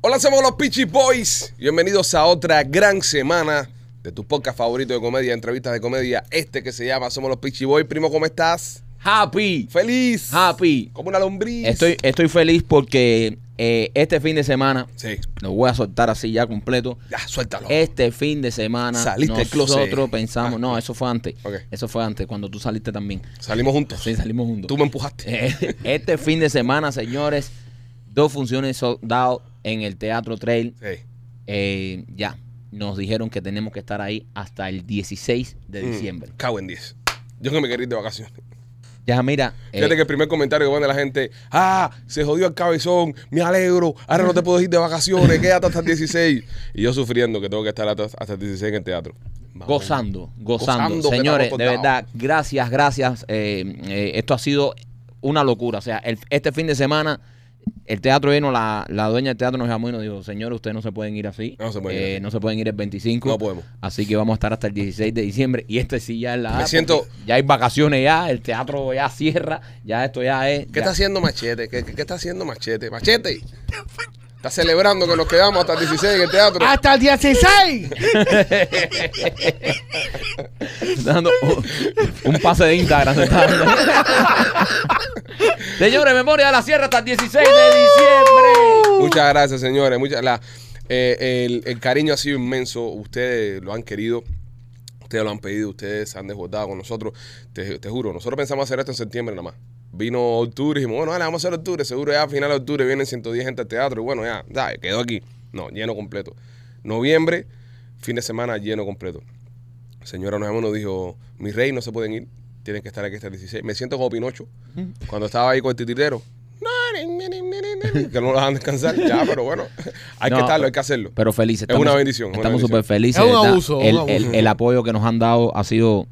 Hola, somos los Peachy Boys. Bienvenidos a otra gran semana de tu podcast favorito de comedia, entrevistas de comedia, este que se llama Somos los Peachy Boys. Primo, ¿cómo estás? Happy. Feliz. Happy. Como una lombriz. Estoy, estoy feliz porque eh, este fin de semana, Sí. lo voy a soltar así ya completo. Ya, suéltalo. Este fin de semana Saliste del closet. Ah, nosotros pensamos, no, eso fue antes. Ok. Eso fue antes, cuando tú saliste también. Salimos juntos. Sí, salimos juntos. Tú me empujaste. Eh, este fin de semana, señores, dos funciones sold out en el Teatro Trail. Sí. Eh, ya, nos dijeron que tenemos que estar ahí hasta el 16 de diciembre. Mm, Cago en 10. Yo que me quería ir de vacaciones. Eh. Ya, mira. eh, Fíjate que el primer comentario que pone la gente, ah, se jodió el cabezón, me alegro, ahora no te puedo ir de vacaciones, quédate hasta el 16. Y yo sufriendo que tengo que estar hasta, hasta el 16 en el teatro. Mamá. Gozando, gozando. Gozando que Señores, estamos de tocados. verdad, gracias, gracias. Eh, eh, esto ha sido una locura. O sea, el- este fin de semana, el teatro lleno, la, la dueña del teatro nos llamó y nos dijo, señores, ustedes no se pueden ir así. No se pueden ir Eh, así. no se pueden ir el 25. No podemos. Así que vamos a estar hasta el 16 de diciembre. Y este sí ya es la... Me siento- Ya hay vacaciones ya, el teatro ya cierra, ya esto ya es... ¿Qué ya. está haciendo Machete? ¿Qué, qué- qué está haciendo Machete? ¡Machete! Está celebrando que nos quedamos hasta el 16 en el teatro. Ah, Hasta el 16. dando un, un pase de Instagram. se está dando. Señores, Memoria de la Sierra hasta el 16 de diciembre. Muchas gracias, señores. Muchas, la- eh, el, el cariño ha sido inmenso. Ustedes lo han querido. Ustedes lo han pedido. Ustedes se han desbordado con nosotros. Te, te juro, nosotros pensamos hacer esto en septiembre nada más. Vino octubre y dijimos, bueno, dale, vamos a hacer octubre. Seguro ya a final de octubre vienen 110 gente al teatro. Y bueno, ya, ya, quedó aquí. No, lleno completo. Noviembre, fin de semana lleno completo. Señora Nos nos dijo, mi rey no se pueden ir, tienen que estar aquí hasta el 16. Me siento como Pinocho. Cuando estaba ahí con el titiritero. Que no lo dejan descansar. Ya, pero bueno, hay que No, estarlo, hay que hacerlo. Pero felices. Es una bendición, una Estamos bendición. súper felices. Es un de verdad. abuso, un El, abuso. el- el apoyo que nos han dado ha sido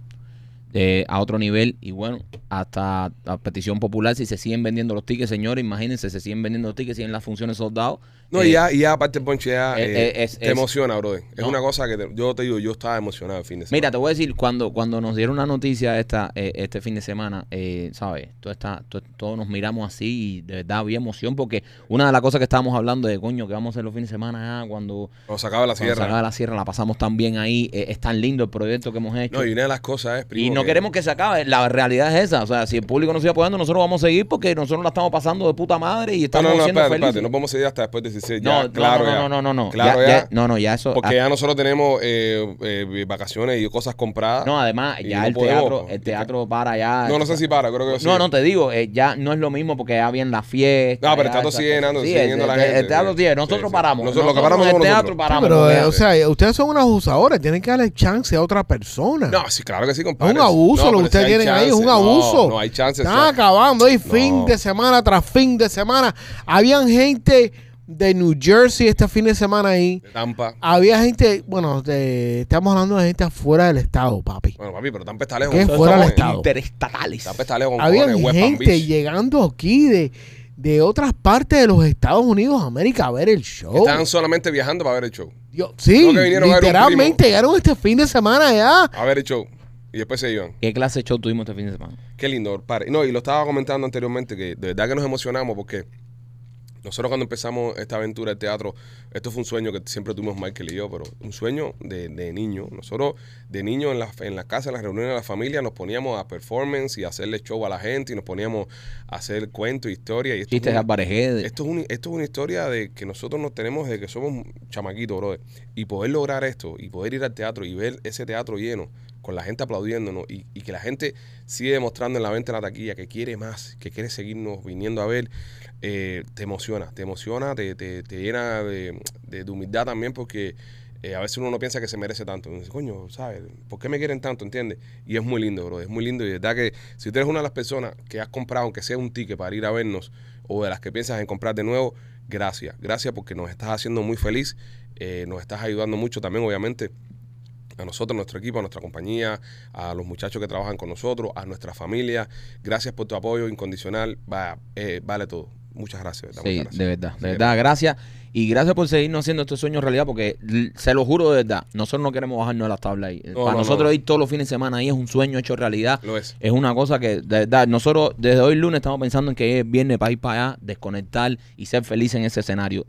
eh, a otro nivel. Y bueno, hasta a petición popular, si se siguen vendiendo los tickets, señores, imagínense, se siguen vendiendo los tickets, siguen las funciones soldados. no, y ya, y ya aparte el ponche ya eh, eh, eh, es- te es- emociona, brother. Es No. una cosa que te- yo te digo, yo estaba emocionado el fin de semana. Mira, te voy a decir, cuando, cuando nos dieron la noticia esta, eh, este fin de semana, eh, ¿sabes? Todo está, to- todos nos miramos así y de verdad había emoción porque una de las cosas que estábamos hablando de coño que vamos a hacer los fines de semana ah, cuando, Cuando se acaba la cuando se acaba sierra. la sierra la pasamos tan bien ahí, eh, es tan lindo el proyecto que hemos hecho. No, y una de las cosas es, primo, y no que- queremos que se acabe, la realidad es esa. O sea, si el público nos sigue apoyando, nosotros vamos a seguir porque nosotros la estamos pasando de puta madre y No, estamos no, no, siendo espérate, felices. espérate. No podemos seguir hasta después de 16. no, Ya, no, claro, no, ya. no, no, no, no. Claro, ya, ya. ya- no, no, ya eso. ah, Porque ya nosotros tenemos eh, eh, vacaciones y cosas compradas. No, además, Y ya no el podemos, teatro, pues. el teatro para ya. no, no sé si para, creo que sí. No, no, te digo, eh, ya no es lo mismo porque ya habían la fiesta. No, pero el ya teatro esas sigue cosas. llenando, sigue el- yendo la el- gente, El teatro sí. sigue, nosotros Sí, sí. paramos. Nosotros lo que paramos el somos teatro nosotros. paramos. Pero, eh, porque- o sea, eh, ustedes son unos abusadores. Tienen que darle chance a otra persona. No, sí, claro que sí, compadre. Es un abuso No, lo pero que ustedes sí hay tienen ahí, es chance. un abuso. No, no hay chances. Están acabando ahí fin No. de semana tras fin de semana. Habían gente de New Jersey este fin de semana ahí. Tampa. Había gente, bueno, de- estamos hablando de gente afuera del estado, papi. Bueno, papi, pero Tampa está lejos. ¿Qué Son fuera del cojones. estado? Interestatales. Tampa está lejos. con Había cojones, West Palm gente Beach. llegando aquí de, de otras partes de los Estados Unidos de América a ver el show. Que Estaban solamente viajando para ver el show. Yo- sí, No, que vinieron a ver un literalmente primo. llegaron este fin de semana allá. A ver el show. Y después se iban. ¿Qué clase de show tuvimos este fin de semana? Qué lindo, padre. No, y lo estaba comentando anteriormente que de verdad que nos emocionamos porque nosotros cuando empezamos esta aventura del teatro, esto fue un sueño que siempre tuvimos Michael y yo, pero un sueño de, de niño. Nosotros de niño en la, en la casa, en las reuniones de la familia, nos poníamos a performance y a hacerle show a la gente y nos poníamos a hacer cuentos, historias. Y esto Chistes fue de un- Álvarez Gede. esto es, un- esto es una historia de que nosotros nos tenemos desde que somos chamaquitos, brother. Y poder lograr esto, y poder ir al teatro y ver ese teatro lleno, con la gente aplaudiéndonos, y, y que la gente sigue demostrando en la venta de la taquilla que quiere más, que quiere seguirnos viniendo a ver, eh, te emociona, te emociona, te, te- te llena de, de- de humildad también, porque eh, a veces uno no piensa que se merece tanto. Uno dice, coño, ¿sabes? ¿Por qué me quieren tanto? ¿Entiendes? Y es muy lindo, bro. Es muy lindo. Y de verdad que si tú eres una de las personas que has comprado, aunque sea un ticket para ir a vernos, o de las que piensas en comprar de nuevo, gracias. Gracias porque nos estás haciendo muy feliz. eh, nos estás ayudando mucho también, obviamente a nosotros, a nuestro equipo, a nuestra compañía, a los muchachos que trabajan con nosotros, a nuestra familia. Gracias por tu apoyo incondicional. Va, eh, vale todo. Muchas gracias. ¿verdad? Sí, Muchas gracias. de verdad, Así de que verdad, gracias. Y gracias por seguirnos haciendo este sueño realidad, porque l- se lo juro de verdad, nosotros no queremos bajarnos de la tabla ahí. No, Para no, nosotros no. ir todos los fines de semana ahí es un sueño hecho realidad. Lo es. Es una cosa que, de verdad, nosotros desde hoy lunes estamos pensando en que es viernes para ir para allá, desconectar y ser feliz en ese escenario.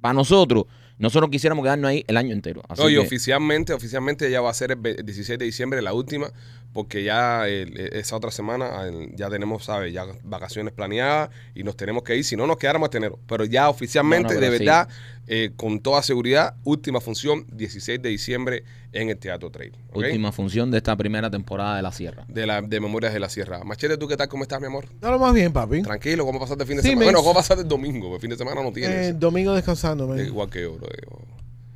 para nosotros, nosotros quisiéramos quedarnos ahí el año entero. Así No, y que- oficialmente, oficialmente ya va a ser el ve- el 16 de diciembre la última, porque ya el- e- esa otra semana el- ya tenemos, ¿sabes? Ya vacaciones planeadas y nos tenemos que ir, si no nos quedáramos hasta enero. Pero ya oficialmente, No, no, pero de sí. verdad, eh, con toda seguridad, última función, 16 de diciembre en el Teatro Trail. ¿ok? última función de esta primera temporada de La Sierra. De, la, de Memorias de la Sierra. Machete, ¿tú qué tal? ¿Cómo estás, mi amor? No, lo más bien, papi. Tranquilo, ¿cómo pasaste el fin de Sí, semana? me Bueno, hizo- ¿cómo pasaste el domingo? Porque el fin de semana no Eh, tienes. domingo descansando, man. Igual que yo, bro. yo-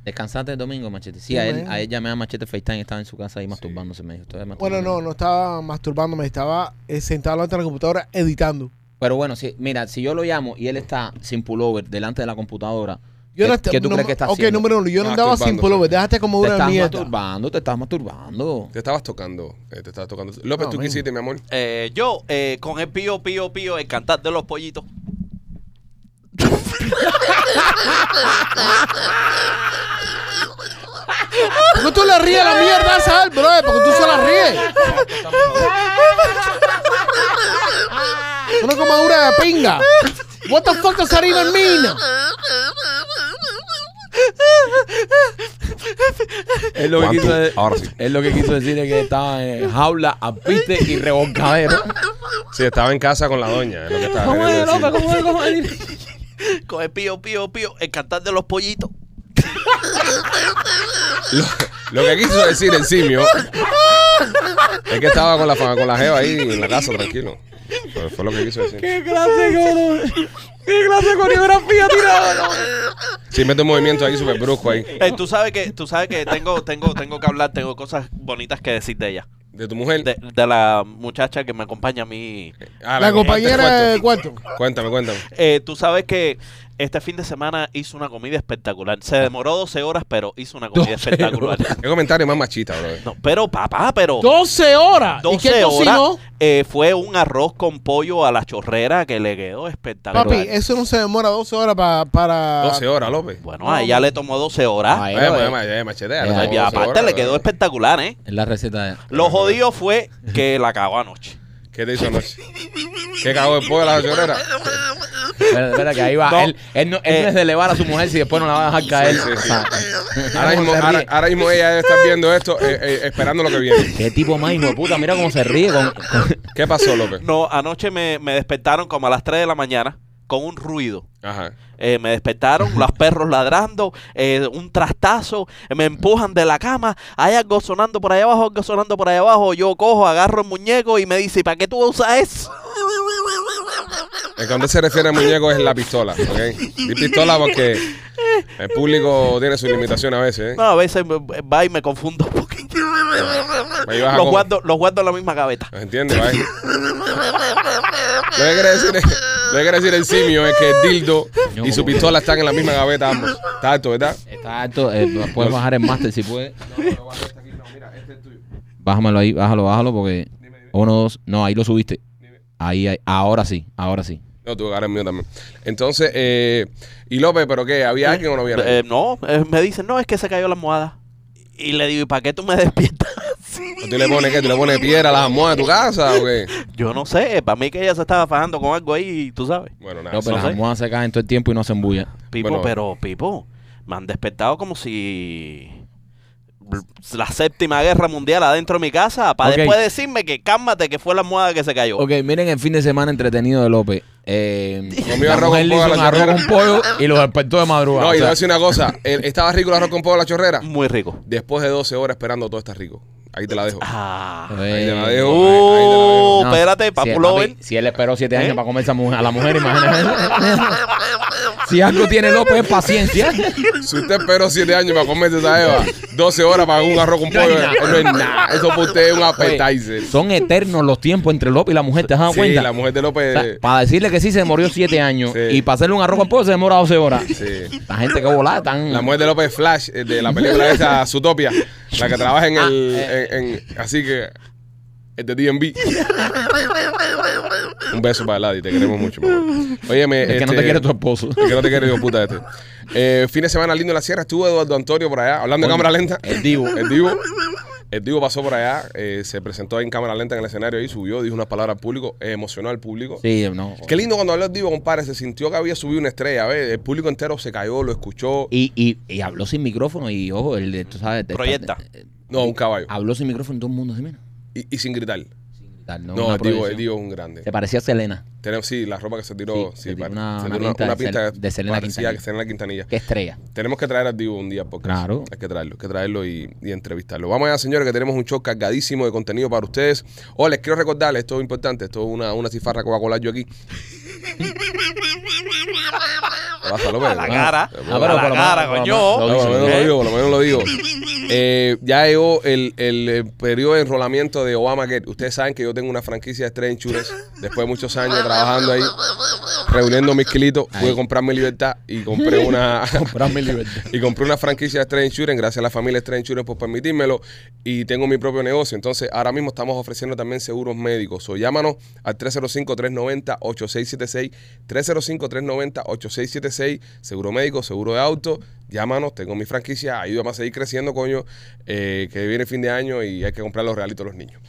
Descansaste el domingo, Machete. Sí, Sí, a él, man. a él llamé a Machete FaceTime, estaba en su casa ahí masturbándose. Me dijo, "Estoy Bueno, masturbando". no, no estaba masturbándome, estaba eh, sentado delante de la computadora editando. Pero bueno, si, mira, si yo lo llamo y él está sin pullover delante de la computadora, Yo ¿qué, no est- qué tú no- crees que está Ok, haciendo? número uno, yo no andaba sin Masturbándose. pullover, déjate como te una estás mierda. masturbando, te estás masturbando. Te estabas tocando. eh, te estabas tocando. López, No, ¿tú qué man. hiciste, mi amor? Eh, yo, eh, con el pío, pío, pío, el cantar de los pollitos. ¿Por qué tú le ríes la mierda esa al brother? Porque tú se la ríes. Una comadura de pinga. What the fuck does that even mean? Es lo que ¿Cuánto? quiso de- Ah. Ahora sí. es lo que quiso decir es que estaba en jaula, apiste y rebocadero. Sí, estaba en casa con la doña. es lo que estaba queriendo decir. Con el pío, pío, pío, el cantar de los pollitos. Lo que quiso decir el simio es que estaba con la, fa- con la jeva ahí en la casa, tranquilo. Fue- Fue lo que quiso decir. ¡Qué clase de ¡Qué clase de coreografía tirada! Sí, mete un movimiento ahí súper brusco ahí. Eh, tú sabes que, tú sabes que tengo, tengo, tengo que hablar, tengo cosas bonitas que decir de ella. De tu mujer. De, de la muchacha que me acompaña a mí. Ah, La compañera cuarto. de cuarto. Cuéntame, cuéntame. Eh, tú sabes que este fin de semana hizo una comida espectacular. Se demoró 12 horas, pero hizo una comida 12 espectacular. Qué comentario más machista, bro. No, pero papá, pero 12 horas. ¿Y qué 12 horas cocinó? eh, fue un arroz con pollo a la chorrera que le quedó espectacular. Papi, eso no se demora 12 horas pa- Ah. para. 12 horas, López. Bueno, a ella le tomó 12 horas. Ay, Vaya, no, vaya, eh. vaya, machetea. Eh, no, Ay, y 12 aparte horas, le quedó bro. espectacular, ¿eh? Es la receta de... Lo jodido fue que la cagó anoche. ¿Qué te hizo anoche? ¿Qué cagó el pollo de la llorera? Espera, espera, que ahí va. No. Él, él no, él no Eh. es de elevar a su mujer si después no la va a dejar caer. Sí, sí, sí. O sea, Ahora mismo, se ahora, ríe. ahora mismo ella debe estar viendo esto, eh, eh, esperando lo que viene. Qué tipo más hijo de puta. Mira cómo se ríe con... con- ¿Qué pasó, López? No, anoche me, me despertaron como a las 3 de la mañana con un ruido. Ajá. Eh, me despertaron los perros ladrando, eh, un trastazo, eh, me empujan de la cama, hay algo sonando por allá abajo, algo sonando por allá abajo, yo cojo, agarro el muñeco y me dice, "¿Y ¿para qué tú usas eso? Eh, Cuando se refiere a muñeco es la pistola, ¿ok? Di pistola porque el público tiene sus limitaciones a veces, No, ¿eh? a veces me- me- va y me confundo un poquito. Ahí vas a Los con- guardo, los guardo en la misma gaveta. ¿Entiendes? Ahí. Lo que quiere decir, es- lo que quiere decir el simio es que el dildo y su pistola están en la misma gaveta ambos. Está alto, ¿verdad? Está alto. eh, puedes bajar el máster si puedes. Bájamelo ahí, bájalo, bájalo porque... Uno, dos... No, ahí lo subiste. Ahí, ahí. Ahora sí, ahora sí. No, tu cara es mío también. Entonces, eh, y López, ¿pero qué? ¿Había alguien o no había Eh, nadie? no, eh, me dicen, no, es que se cayó la almohada. Y le digo, ¿y para qué tú me despiertas? así?" ¿Tú le pones qué? ¿Tú le pones piedra a las almohadas de tu casa o qué? Yo no sé, para mí que ella se estaba fajando con algo ahí, tú sabes. Bueno, nada. No, sí. pero las sé. almohadas se caen todo el tiempo y no hacen bulla. Pipo, Bueno. pero Pipo, me han despertado como si la séptima guerra mundial adentro de mi casa para Ok. después decirme que cálmate que fue la almohada que se cayó. Ok, miren el fin de semana entretenido de López. Eh, Comió la arroz con mujer le pollo a hizo la un arroz chorrera. con pollo y los despertó de madrugada. No, y te voy O a sea, decir una cosa. El- ¿Estaba rico el arroz con pollo de la chorrera? Muy rico. Después de 12 horas esperando, todo está rico. Ahí te la dejo. Ah. Ahí te la dejo. eh, ahí- ahí te la dejo. Uh, no, espérate, si, Papu papi, Lover. si él esperó siete ¿Eh? años para comerse a, mu- a la mujer, imagínate. si algo tiene López es paciencia. Si usted esperó 7 años para comerse esa Eva, 12 horas para un arroz con pollo, nada. eso no es nada. Eso para usted es un appetizer. Son eternos los tiempos entre López y la mujer, ¿te has dado Sí, cuenta? la mujer de O López. sea, para decirle que sí se demoró siete años Sí. y para hacerle un arroz con pollo se demora 12 horas. sí. La gente que volada tan... La mujer de López Flash, eh, de la película esa, Zootopia. La que trabaja en Ah, el. eh. en- en- así que. El de DB. Un beso para Ladi, te queremos mucho, mi amor. Óyeme. es que no este, te quiere tu esposo. El que no te quiere, digo, puta este. Eh, fin de semana lindo en la sierra, estuvo Eduardo Antonio por allá, hablando en cámara lenta. El divo. El divo. El Divo pasó por allá, eh, se presentó ahí en cámara lenta en el escenario, ahí subió, dijo unas palabras al público, eh, emocionó al público. Sí, no. Qué lindo cuando habló el Divo, compadre, se sintió que había subido una estrella, ¿ves? El público entero se cayó, lo escuchó. Y, y, y habló sin micrófono y ojo, el de, tú sabes, de- Proyecta. eh, no, un caballo. habló sin micrófono y todo el mundo se mira. Y, y sin gritar. Tal, No, Una el, Divo, proyección. el Divo es un grande. Se parecía a Selena. Tenemos, sí, la ropa que se tiró. Sí, Sí, se tiró pare- una- se una tiró pinta de Sel- de Selena parecía Quintanilla. que Selena Quintanilla. Qué estrella. Tenemos que traer al Divo un día porque Claro. hay que traerlo, hay que traerlo y, y entrevistarlo. Vamos allá, señores, que tenemos un show cargadísimo de contenido para ustedes. Oh, les quiero recordarles, esto es importante, esto es una, una cifarra que voy a colar yo aquí. ¿Qué pasa, López? A la cara. Ah, A pero la por lo cara, menos- por lo coño. menos No, por lo menos lo lo ¿eh? digo, por lo menos lo digo. Eh, ya llegó el, el, eh, periodo de enrolamiento de Obamacare. Ustedes saben que yo tengo una franquicia de Stray Insurance. Después de muchos años trabajando ahí, reuniendo mis kilitos, pude comprar mi libertad y compré una, Comprarme libertad. y compré una franquicia de Stray Insurance, gracias a la familia Stray Insurance por permitírmelo y tengo mi propio negocio. Entonces, ahora mismo estamos ofreciendo también seguros médicos. O llámanos al 305-390-8676, 305-390-8676, seguro médico, seguro de auto. Llámanos, tengo mi franquicia, ayúdame a seguir creciendo, coño, eh, que viene fin de año y hay que comprar los regalitos a los niños.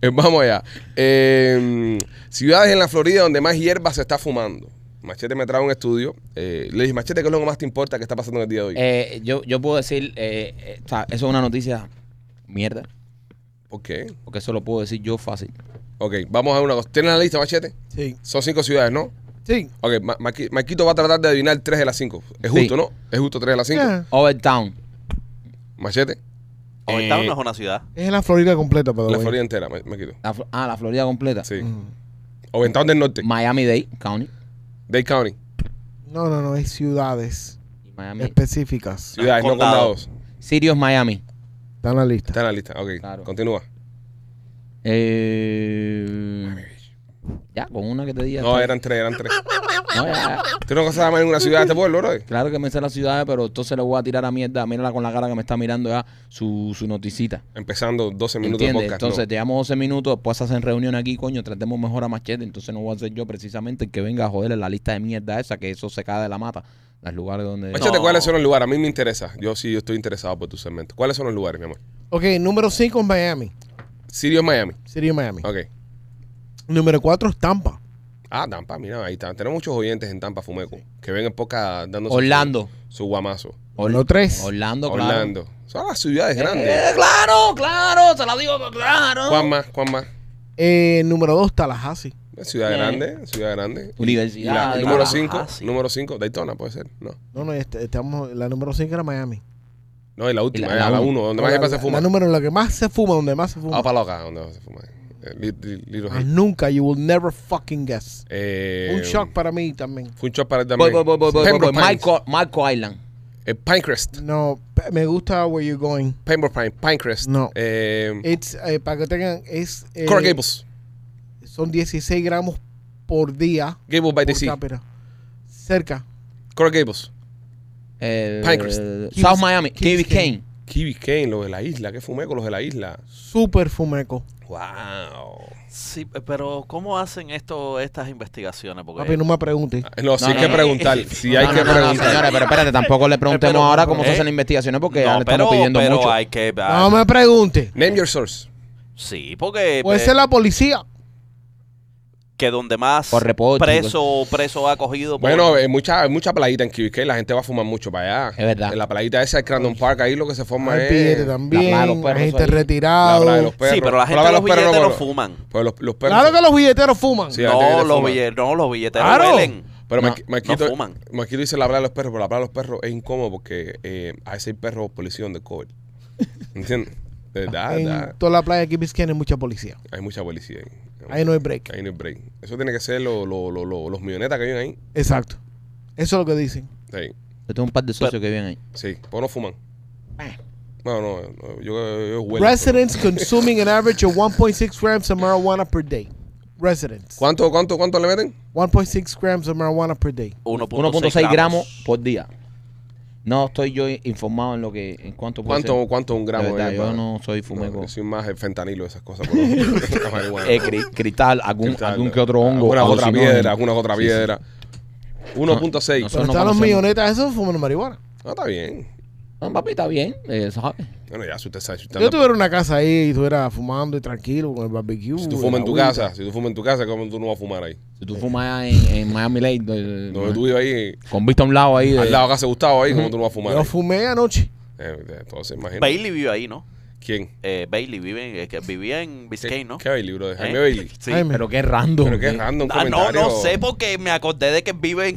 Eh, Vamos allá. Eh, ciudades en la Florida donde más hierba se está fumando. Machete me trae un estudio. Eh, le dije, Machete, ¿qué es lo que más te importa que está pasando en el día de hoy? Eh, yo, yo puedo decir, eh, eh, o sea, eso es una noticia mierda, ¿Por qué? porque eso lo puedo decir yo fácil. Ok, vamos a ver una cosa. ¿Tienes la lista, Machete? Sí. Son cinco ciudades, ¿no? Sí. Ok, Ma- Maqui- Maquito va a tratar de adivinar tres de las cinco. Es Sí. justo, ¿no? Es justo tres de las cinco. Ya. Overtown. Machete, Overtown Eh, no es una ciudad. Es en la Florida completa, pero la bueno. Florida entera, Ma- Maquito. La Flo- ah, la Florida completa. Sí. Mm. Oventado del Norte, Miami-Dade County. Dade County. No, no, no, hay ciudades Mm. Miami. específicas. Ciudades, no Condado. condados. Sirius, Miami. Está en la Está lista. en la lista. Ok, Claro. continúa. Eh, ya, con una que te diga. No, está- eran tres, eran tres. No, ya, ya. ¿Tú no conoces más en una ciudad de este pueblo, bro? Claro que me sé la ciudad, pero entonces le voy a tirar a mierda. Mírala con la cara que me está mirando ya su, su noticita. Empezando 12 minutos ¿Entiendes? de podcast. entonces te damos 12 minutos, después hacen reunión aquí, coño, tratemos mejor a Machete. Entonces no voy a ser yo precisamente el que venga a joderle la lista de mierda esa, que eso se cae de la mata. Los lugares donde. no. Machete, No. ¿cuáles son los lugares? A mí me interesa. Yo sí yo estoy interesado por tu segmento. ¿Cuáles son los lugares, mi amor? Ok, número 5 es Miami. Sirius, Miami. Sería Miami. Ok. Número 4 es Tampa. Ah, Tampa, mira, ahí está. Tenemos muchos oyentes en Tampa Fumeco que ven en poca dando Orlando. Su, su guamazo. Número 3. Orlando, claro. Orlando. Son las ciudades Eh, grandes. claro, claro, se la digo, claro. ¿Cuán más? ¿Cuán más? eh, número 2, Tallahassee. Ciudad Bien. grande, ciudad grande. Y- y Universidad. la, de número Tallahassee. 5, número 5, Daytona puede ser. No, No, no, este- estamos, la número 5 era Miami. no, y la última, la- eh, la a la uno. 1, donde No, más la, jefa se la- fuma. La número, la que más se fuma, donde más se fuma. Ah, para loca, donde se fuma. Eh, li- li- Little Ah, Hit. nunca, you will never fucking guess. Eh, Un shock para mí también. Fue un shock para él Voy, también. voy, voy, voy, voy, Pembroke voy. Pines. Marco, Marco Island. Eh, Pinecrest. No, pe- me gusta where you're going. Pembroke Pines. Pinecrest. No. Eh, It's, eh, para que tengan, es... eh, Coral Gables. Son 16 gramos por día. Gables by the Por Sea. cápita. Cerca. Coral Gables. Eh, Pinecrest. South Key- Miami. Key Key Biscayne. Biscayne. Kiwi Kane, los de la isla. ¿Qué fumé con los de la isla? Súper fumeco. Wow. Sí, pero ¿cómo hacen esto, estas investigaciones? Porque Papi, no me preguntes. No, si No, hay no, que no. preguntar. Si hay No, que no, no, no, preguntar. señores, pero espérate, tampoco le preguntemos Pero- ahora cómo se ¿eh? hacen las investigaciones porque no, ahora le estamos pero, pidiendo pero mucho. hay que... ah, No me preguntes. Name your source. Sí, porque... Puede eh, ser la policía. que donde más Por reporte, preso preso ha cogido pues, por- Bueno, eh, mucha, mucha playita en Kiwi Kane. La gente va a fumar mucho para allá. Es verdad. En la playita esa de Crandon Park, ahí lo que se forma Hay es. la playa de billete también. los perros hay gente la playa de ahí. los retirada. perros. sí pero la gente playa de los perros billetes no, no, pero- fuman Pero los, los perros. Claro que los billeteros fuman. Sí, la gente no que los fuma. billetes no los billetes Claro. huelen Pero No, Maqui- Maquito, no fuman. Maquito dice la playa de los perros, pero la playa de los perros es incómodo porque eh, a veces hay perros policía de cover. ¿Entiendes? De verdad, de verdad. En toda la playa de Key Biscayne hay mucha policía. Hay mucha policía ahí. Ahí no hay break. Ahí no hay break. Eso tiene que ser lo- lo- lo- lo- los millonetas que viven Exacto. Eso es lo que dicen. ahí. Sí, Yo tengo un par de socios que viven ahí. sí. Pues no fuman. Ah. No, no, no, yo, yo huelo. Residents consuming an average of 1.6 grams of marijuana per day. Residents. ¿Cuánto, cuánto, cuánto le meten? 1.6 grams of marijuana per day. 1.6 gramos por día. No estoy yo informado en lo que en cuánto puede ¿Cuánto, ser. cuánto un gramo? De verdad, es, yo para- no soy No, fumeco. yo soy más el fentanilo, esas cosas. por lo- la marihuana. Eh, cri- cristal, algún, Cristal, eh, algún que otro hongo. Alguna otra alucinógeno. piedra, alguna otra Sí, sí. piedra. 1.6. No, no sé. no Pero están los conocemos. millonetas, esos fuman marihuana. Ah, está bien. No, papi, está bien, eh, ¿sabes? Bueno, ya, si usted sabe. Si, usted Yo anda- tuviera una casa ahí y estuviera fumando y tranquilo con el barbecue. si tú la fumas en tu agüita. casa, si tú fumas en tu casa, ¿cómo tú no vas a fumar ahí? Si tú fumas en, en Miami Lake, eh, Donde tú vives ahí, con vista a un lado ahí. de- al lado de casa de Gustavo ahí, ¿cómo tú no vas a fumar? Yo ahí? fumé anoche. Eh, Entonces, imagínate. Bailey vive ahí, ¿no? ¿Quién? Eh, Bailey vive en, eh, que vivía en Biscayne, ¿no? ¿Qué Bailey, bro? Jaime ¿Eh? Bailey. Sí. Ay, me- Pero qué random. Pero qué eh. random Ah, no, comentario. no sé porque me acordé de que vive en...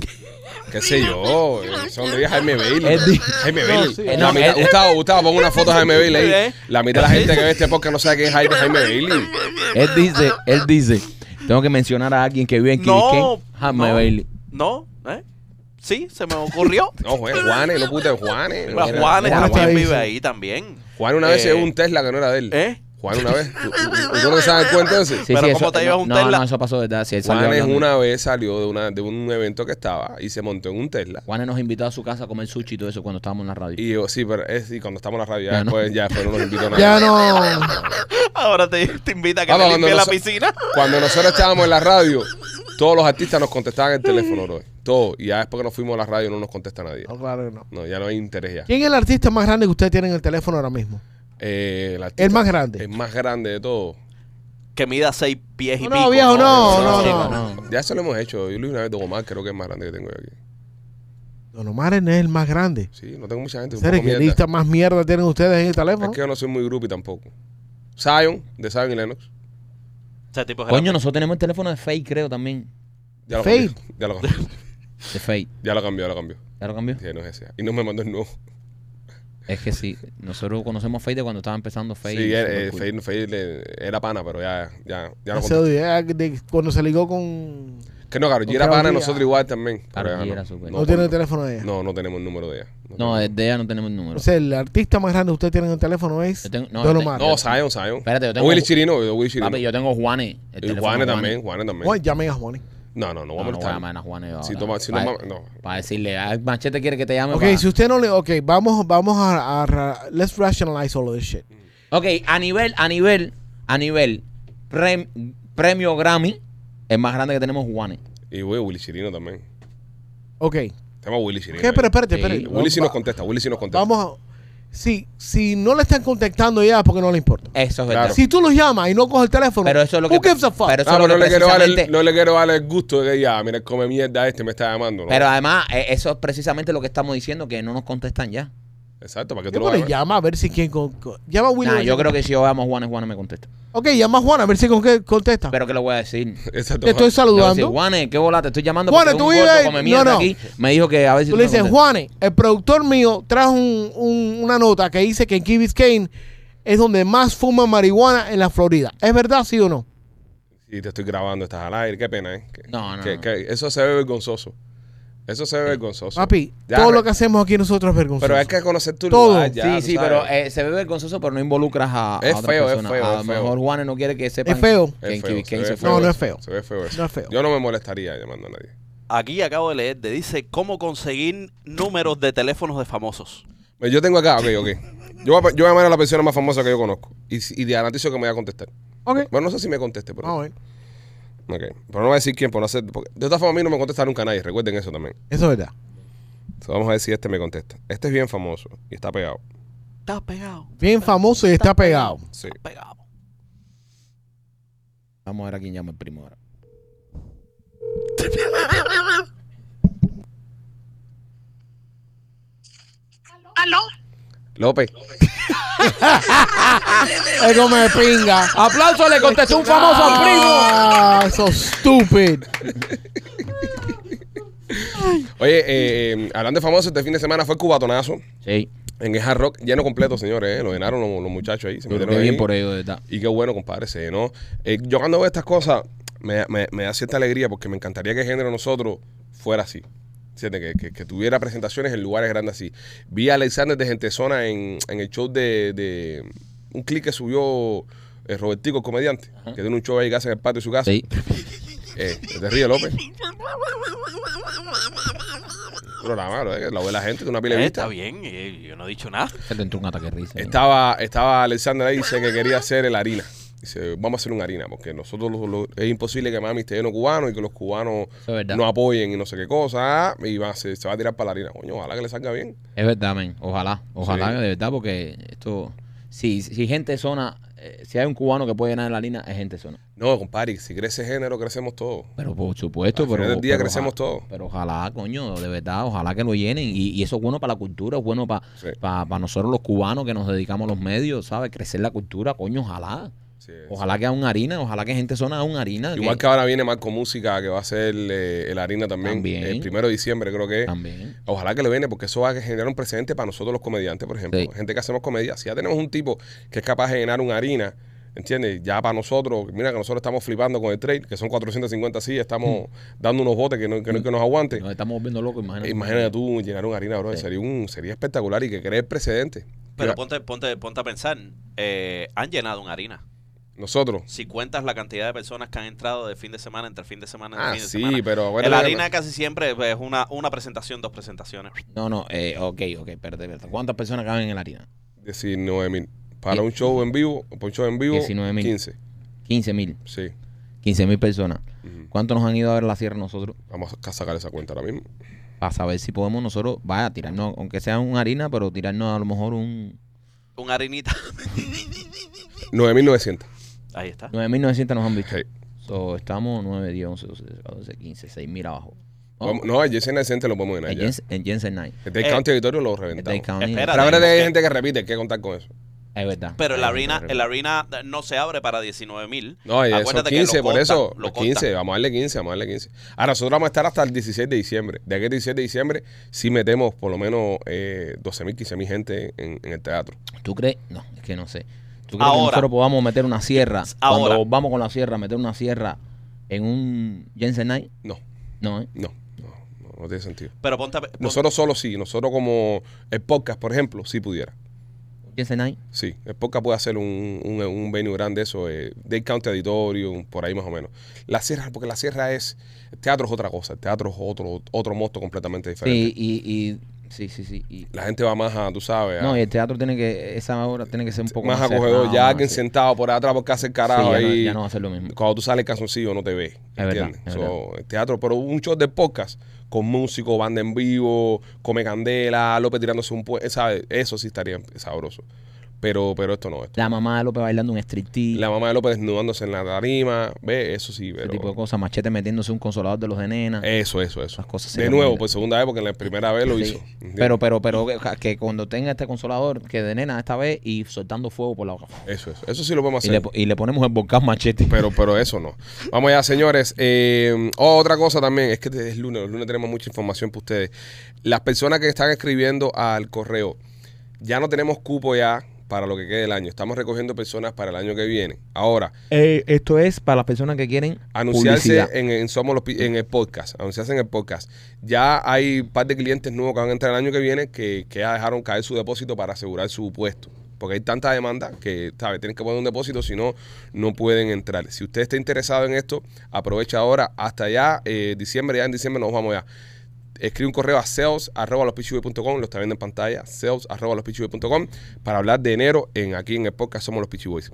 ¿Qué sé yo? Eso donde vive Jaime Bailey. Él di- Jaime Bailey. sí, La no, mitad- él- Gustavo, Gustavo, pon una foto de Jaime Bailey ahí. ¿Eh? La mitad de la gente que ve este podcast no sabe quién es Jaime Jaime Bailey. Él dice, él dice, tengo que mencionar a alguien que vive en Quiriquén. No, Jaime no, Bailey. No, ¿eh? Sí, se me ocurrió. No, Juan, Juanes, no pute Juanes. Pero Juanes Juan está también ahí, vive sí. ahí también. Juan una vez Eh, se llevó un Tesla que no era de él. ¿Eh? Juan una vez. ¿Tú, tú- tú no te sabes cuál entonces? Sí, Pero sí, ¿cómo eso, te llevas no, un no, Tesla? No, eso pasó de si él salió Juanes hablando. una vez salió de, una, de un evento que estaba y se montó en un Tesla. Juanes nos invitó a su casa a comer sushi y todo eso cuando estábamos en la radio. Y yo, sí, pero es, y cuando estamos en la radio, ya, Ya no. después, ya después no nos invitó a nada. Ya no. Ahora te, te invita a que Ah, te cuando limpie la noso- piscina. Cuando nosotros estábamos en la radio, todos los artistas nos contestaban el teléfono, bro. Todos. Y ya después que nos fuimos a la radio no nos contesta nadie. No, claro que no. No, ya no hay interés ya. ¿Quién es el artista más grande que usted tiene en el teléfono ahora mismo? Eh, el artista El más grande. es más grande de todos. Que mida seis pies y No, pico. no, viejo, no, no, Sí, no. Ya eso lo hemos hecho. Yo lo hice una vez Don Omar, creo que es el más grande que tengo yo aquí. Don Omar es el más grande. Sí, no tengo mucha gente. un ¿Seres poco que mierda. lista más mierda tienen ustedes en el teléfono? Es que yo no soy muy groupie tampoco. Zion, de Zion y Lennox. Ese tipo es pues. Coño, nosotros tenemos el teléfono de Fake, creo también. Ya lo Fade. cambió. Ya lo cambió. De Fake. Ya lo cambió, ya lo cambió. ¿Ya lo cambió? Sí, no es ese. Y no me mandó el nuevo. Es que sí. Nosotros conocemos a Fake de cuando estaba empezando Fake. sí, Super eh, eh, cool. Fade- Fade le- era pana, pero ya, ya, ya no Ese contestó. día de- cuando se ligó con... Que no, Karol G Con era pana, Karol G, nosotros ah. igual también. Karol Pero ya G no, era súper. No, no, tiene no, el teléfono de ella. no, no tenemos el número de ella. No, eh, tenemos- de ella no tenemos el número. O sea, el artista más grande que usted tiene en el teléfono es Yo tengo- no, Don yo Omar. no, Zion, Zion. Espérate, yo tengo- O Willy Chirino, o Willy Chirino. Papi, yo tengo Juanes. el y teléfono Juanes de también, Juanes también. Bueno, llamen a Juanes. No, no, no No, vamos no voy a a estar. llamar a Juanes ahora. Si toma- si no para, ma- no. para decirle, "Ay, Machete quiere que te llame. Ok, para-". si usted no le... Ok, vamos, vamos a, a ra- Let's rationalize all of this shit. Ok, a nivel, a nivel, a nivel prem- premio Grammy, el más grande que tenemos es Juanes. Y güey, Willy Chirino también. Ok. Tenemos a Willy Chirino. Ok, ahí. pero espérate, Sí, espérate. Willy sí nos Va- contesta, Willy sí nos contesta. Vamos a... Si, si no le están contactando ya, porque no le importa. Eso Claro. es verdad. Si tú los llamas y no coges el teléfono, Pero eso es lo que. who gives a fuck? Pero eso Ah, es pero no lo que le, quiero dar el, precisamente- no le quiero dar el gusto de que ya, mira, come mierda este, me está llamando. ¿no? Pero además, eh, eso es precisamente lo que estamos diciendo, que no nos contestan ya. Exacto, para que tú Yo, lo pero hagas. llama a ver si quién con- con- llama a Willy. Nah, yo creo que si yo llamo a Juanes, Juanes me contesta. Ok, llama a Juan a ver si con qué contesta. Pero que le voy a decir. Exacto. Te estoy Le voy a decir, Ah. saludando. Juanes, qué bola, te estoy llamando Juanes, porque tú un vives gordo ahí. come No, mierda no. aquí me dijo que a ver si Tú tú le me dices, contestas. Juanes, el productor mío trajo un- un- una nota que dice que en Key Biscayne es donde más fuma marihuana en la Florida. ¿Es verdad, sí o no? Y te estoy grabando, estás al aire, qué pena, ¿eh? Que- No, no, que- no. que eso se ve vergonzoso. Eso se ve vergonzoso. Papi, Ya, todo re- lo que hacemos aquí nosotros es vergonzoso. Pero hay que conocer tu Todo. lugar Ah, ya, sí, tú sí, sabes. pero eh, se ve vergonzoso, pero no involucras a, a Es otra feo, es persona. feo, a es lo feo. mejor Juanes no quiere que sepan Es feo. Es que en feo, Key Biscayne se ve feo se fue. No, no eso, es feo. Se ve feo eso. No es feo. Yo no me molestaría llamando a nadie. Aquí acabo de leer, te dice cómo conseguir números de teléfonos de famosos. Mira, Eh, Yo tengo acá, ok, ok. Yo voy, a, yo voy a llamar a la persona más famosa que yo conozco. Y, si- y te garantizo que me va a contestar. Ok. Bueno, no sé si me conteste, pero. Vamos a ver. Ok. Pero no voy a decir quién, por no hacer. porque de todas formas, a mí no me contesta nunca nadie. Recuerden eso también. Eso es verdad. So, vamos a ver si este me contesta. Este es bien famoso y está pegado. Está pegado, Bien famoso y está pegado. Sí. está pegado. Vamos a ver a quién llama el primo ahora. ¿Aló? López. Es como de pinga. ¡Aplauso! Le contestó un famoso al primo. Ah, eso stupid. Oye, eh, eh, hablando de famosos, este fin de semana fue cubatonazo Sí, en el Hard Rock, lleno completo, señores. eh. Lo llenaron los, los muchachos ahí. Se pero metieron qué bien ahí. por ello, de verdad. Y qué bueno, compadre, se llenó. Eh, yo cuando veo estas cosas, me, me- me da cierta alegría porque me encantaría que el género de nosotros fuera así. ¿Entiendes? Que, que- que tuviera presentaciones en lugares grandes así. Vi a Alexander de Gente Zona en, en el show de, de- un clic que subió eh, Robertico, el comediante, que tiene un show ahí que hace en el patio de Ah, su casa. Sí. Eh, te ríe López. Programa, bro, eh, que la ve la gente, de una pila de Eh, vista. está bien, eh, yo no he dicho nada. Se te entró un ataque de risa. ahí. Estaba, estaba Alexander ahí, dice que quería hacer el harina. Dice, vamos a hacer una harina, porque nosotros los- los- es imposible que mami esté lleno cubano y que los cubanos Eso es verdad. no apoyen y no sé qué cosa. ah, Y va, a se, se va a tirar para la harina. Coño, ojalá que le salga bien. Es verdad, men. Ojalá, ojalá, Sí. de verdad, porque esto. Si, si gente de zona, eh, si hay un cubano que puede llenar la línea, es gente de zona. No, compadre, si crece género, crecemos todos. Pero por supuesto, Al pero. final del día pero crecemos ojalá- todos. Pero ojalá, coño, de verdad, ojalá que lo llenen. Y, y eso es bueno para la cultura, es bueno para Sí. nosotros los cubanos que nos dedicamos a los medios, ¿sabes? Crecer la cultura, coño, ojalá. Sí, Ojalá que haga una harina, ojalá que gente de zona haga una harina. Igual que ahora viene Marco Música, que va a ser eh, el harina también. También. El primero de diciembre, creo que es. También. Ojalá que le viene, porque eso va a generar un precedente para nosotros los comediantes, por ejemplo. Sí. Gente que hacemos comedia. Si ya tenemos un tipo que es capaz de llenar una harina, ¿entiendes? Ya para nosotros, mira que nosotros estamos flipando con el trade, que son 450 sillas, estamos dando unos botes que no, que Mm. no- que nos aguante. Nos estamos volviendo locos, imagínate. Imagínate tú llenar una harina, bro. Sería, un, sería espectacular y que cree el precedente. Pero Mira, ponte, ponte, ponte a pensar, eh, han llenado una harina. nosotros. Si cuentas la cantidad de personas que han entrado de fin de semana, entre fin de semana, entre Ah, fin de sí, semana. pero bueno. la que- harina casi siempre pues, es una, una presentación, dos presentaciones. No, no, eh, ok, ok, espérate, espérate. ¿Cuántas personas caben en la harina? 19 mil. Para Sí. un show en vivo, para un show en vivo, 19.000. 15. 15 mil, Sí. 15 mil personas. Ujú. ¿Cuántos nos han ido a ver la sierra nosotros? Vamos a sacar esa cuenta ahora mismo. Para saber si podemos nosotros, vaya, tirarnos, aunque sea una harina, pero tirarnos a lo mejor un Una harinita. 9.900. Ahí está. 9.900 nos han visto. Sí. So, estamos 9, 10, 11, 12, 14, 15, 6.000 abajo. Oh, Vamos- No, el Jensen Decente lo podemos llenar. en ya. Jens- en Jensen Knight. El Dade Eh, County Auditorio lo En reventamos. Dade County. Espera. Pero a ver, hay gente que repite, hay que contar con eso. Es verdad. Pero Hay la gente arena, que el arena no se abre para 19 mil. No, y esos 15, por eso, Lo los cortan. 15, vamos a darle 15, vamos a darle 15. Ahora, nosotros vamos a estar hasta el 16 de diciembre. De aquí al 16 de diciembre, sí metemos por lo menos eh, 12.000, 15.000 gente en, en el teatro. ¿Tú crees? No, es que no sé. ¿Tú crees que Ahora. nosotros podamos meter una sierra? Ahora. Cuando vamos con la sierra, meter una sierra en un Jensen Knight. No, No, ¿eh? no, no, no, no tiene sentido. Pero ponte, a pe- ponte- Nosotros solo sí, nosotros como el podcast, por ejemplo, sí pudiera. Jensen Knight. Sí, el podcast puede hacer un, un, un venue grande, eso, eh, Dade County Auditorium, por ahí más o menos. La sierra, porque la sierra es, el teatro es otra cosa, el teatro es otro, otro monstruo completamente diferente. Sí, y, y- sí, sí, sí. y- La gente va más a, tú sabes, a- no, y el teatro tiene que, esa obra tiene que ser un poco más más, acogedor. cerrada, ya más alguien así. sentado por atrás porque hace el Sí, carajo ya, no, ahí. ya no va a ser lo mismo. Cuando tú sales el calzoncillo no te ve. verdad, ¿entiendes? es So, verdad. el teatro, pero un show de podcast con músico, banda en vivo, come candela, López tirándose un puente, ¿sabes? Eso sí estaría sabroso. Pero, pero esto no. Esto. La mamá de López bailando un striptease. La mamá de López desnudándose en la tarima, ve, eso sí, ese pero. tipo de cosas. Machete metiéndose un consolador de los de nena. Eso, eso, eso. Las cosas se de cambian. nuevo, por segunda vez, porque la primera vez lo Sí. hizo. ¿entiendes? Pero, pero, pero que, que cuando tenga este consolador, que de nena esta vez y soltando fuego por la boca. Eso, eso. Eso Ah, sí lo podemos Y hacer. le, po- y le ponemos el volcán machete. Pero, pero eso no. Vamos allá, señores. Eh, oh, otra cosa también, es que es lunes, el lunes tenemos mucha información para ustedes. Las personas que están escribiendo al correo, ya no tenemos cupo ya para lo que quede el año. Estamos recogiendo personas para el año que viene. Ahora, Eh, esto es para las personas que quieren anunciarse publicidad. en, en Somos los Pi- en el podcast. Anunciarse en el podcast. Ya hay un par de clientes nuevos que van a entrar el año que viene que, que ya dejaron caer su depósito para asegurar su puesto. Porque hay tanta demanda que, ¿sabes? Tienen que poner un depósito, si no, no pueden entrar. Si usted está interesado en esto, aprovecha ahora hasta ya, eh, diciembre, ya en diciembre nos vamos ya. Escribe un correo a sales arroba lo está viendo en pantalla, sales arroba para hablar de enero en aquí en el podcast Somos los Peachy Boys.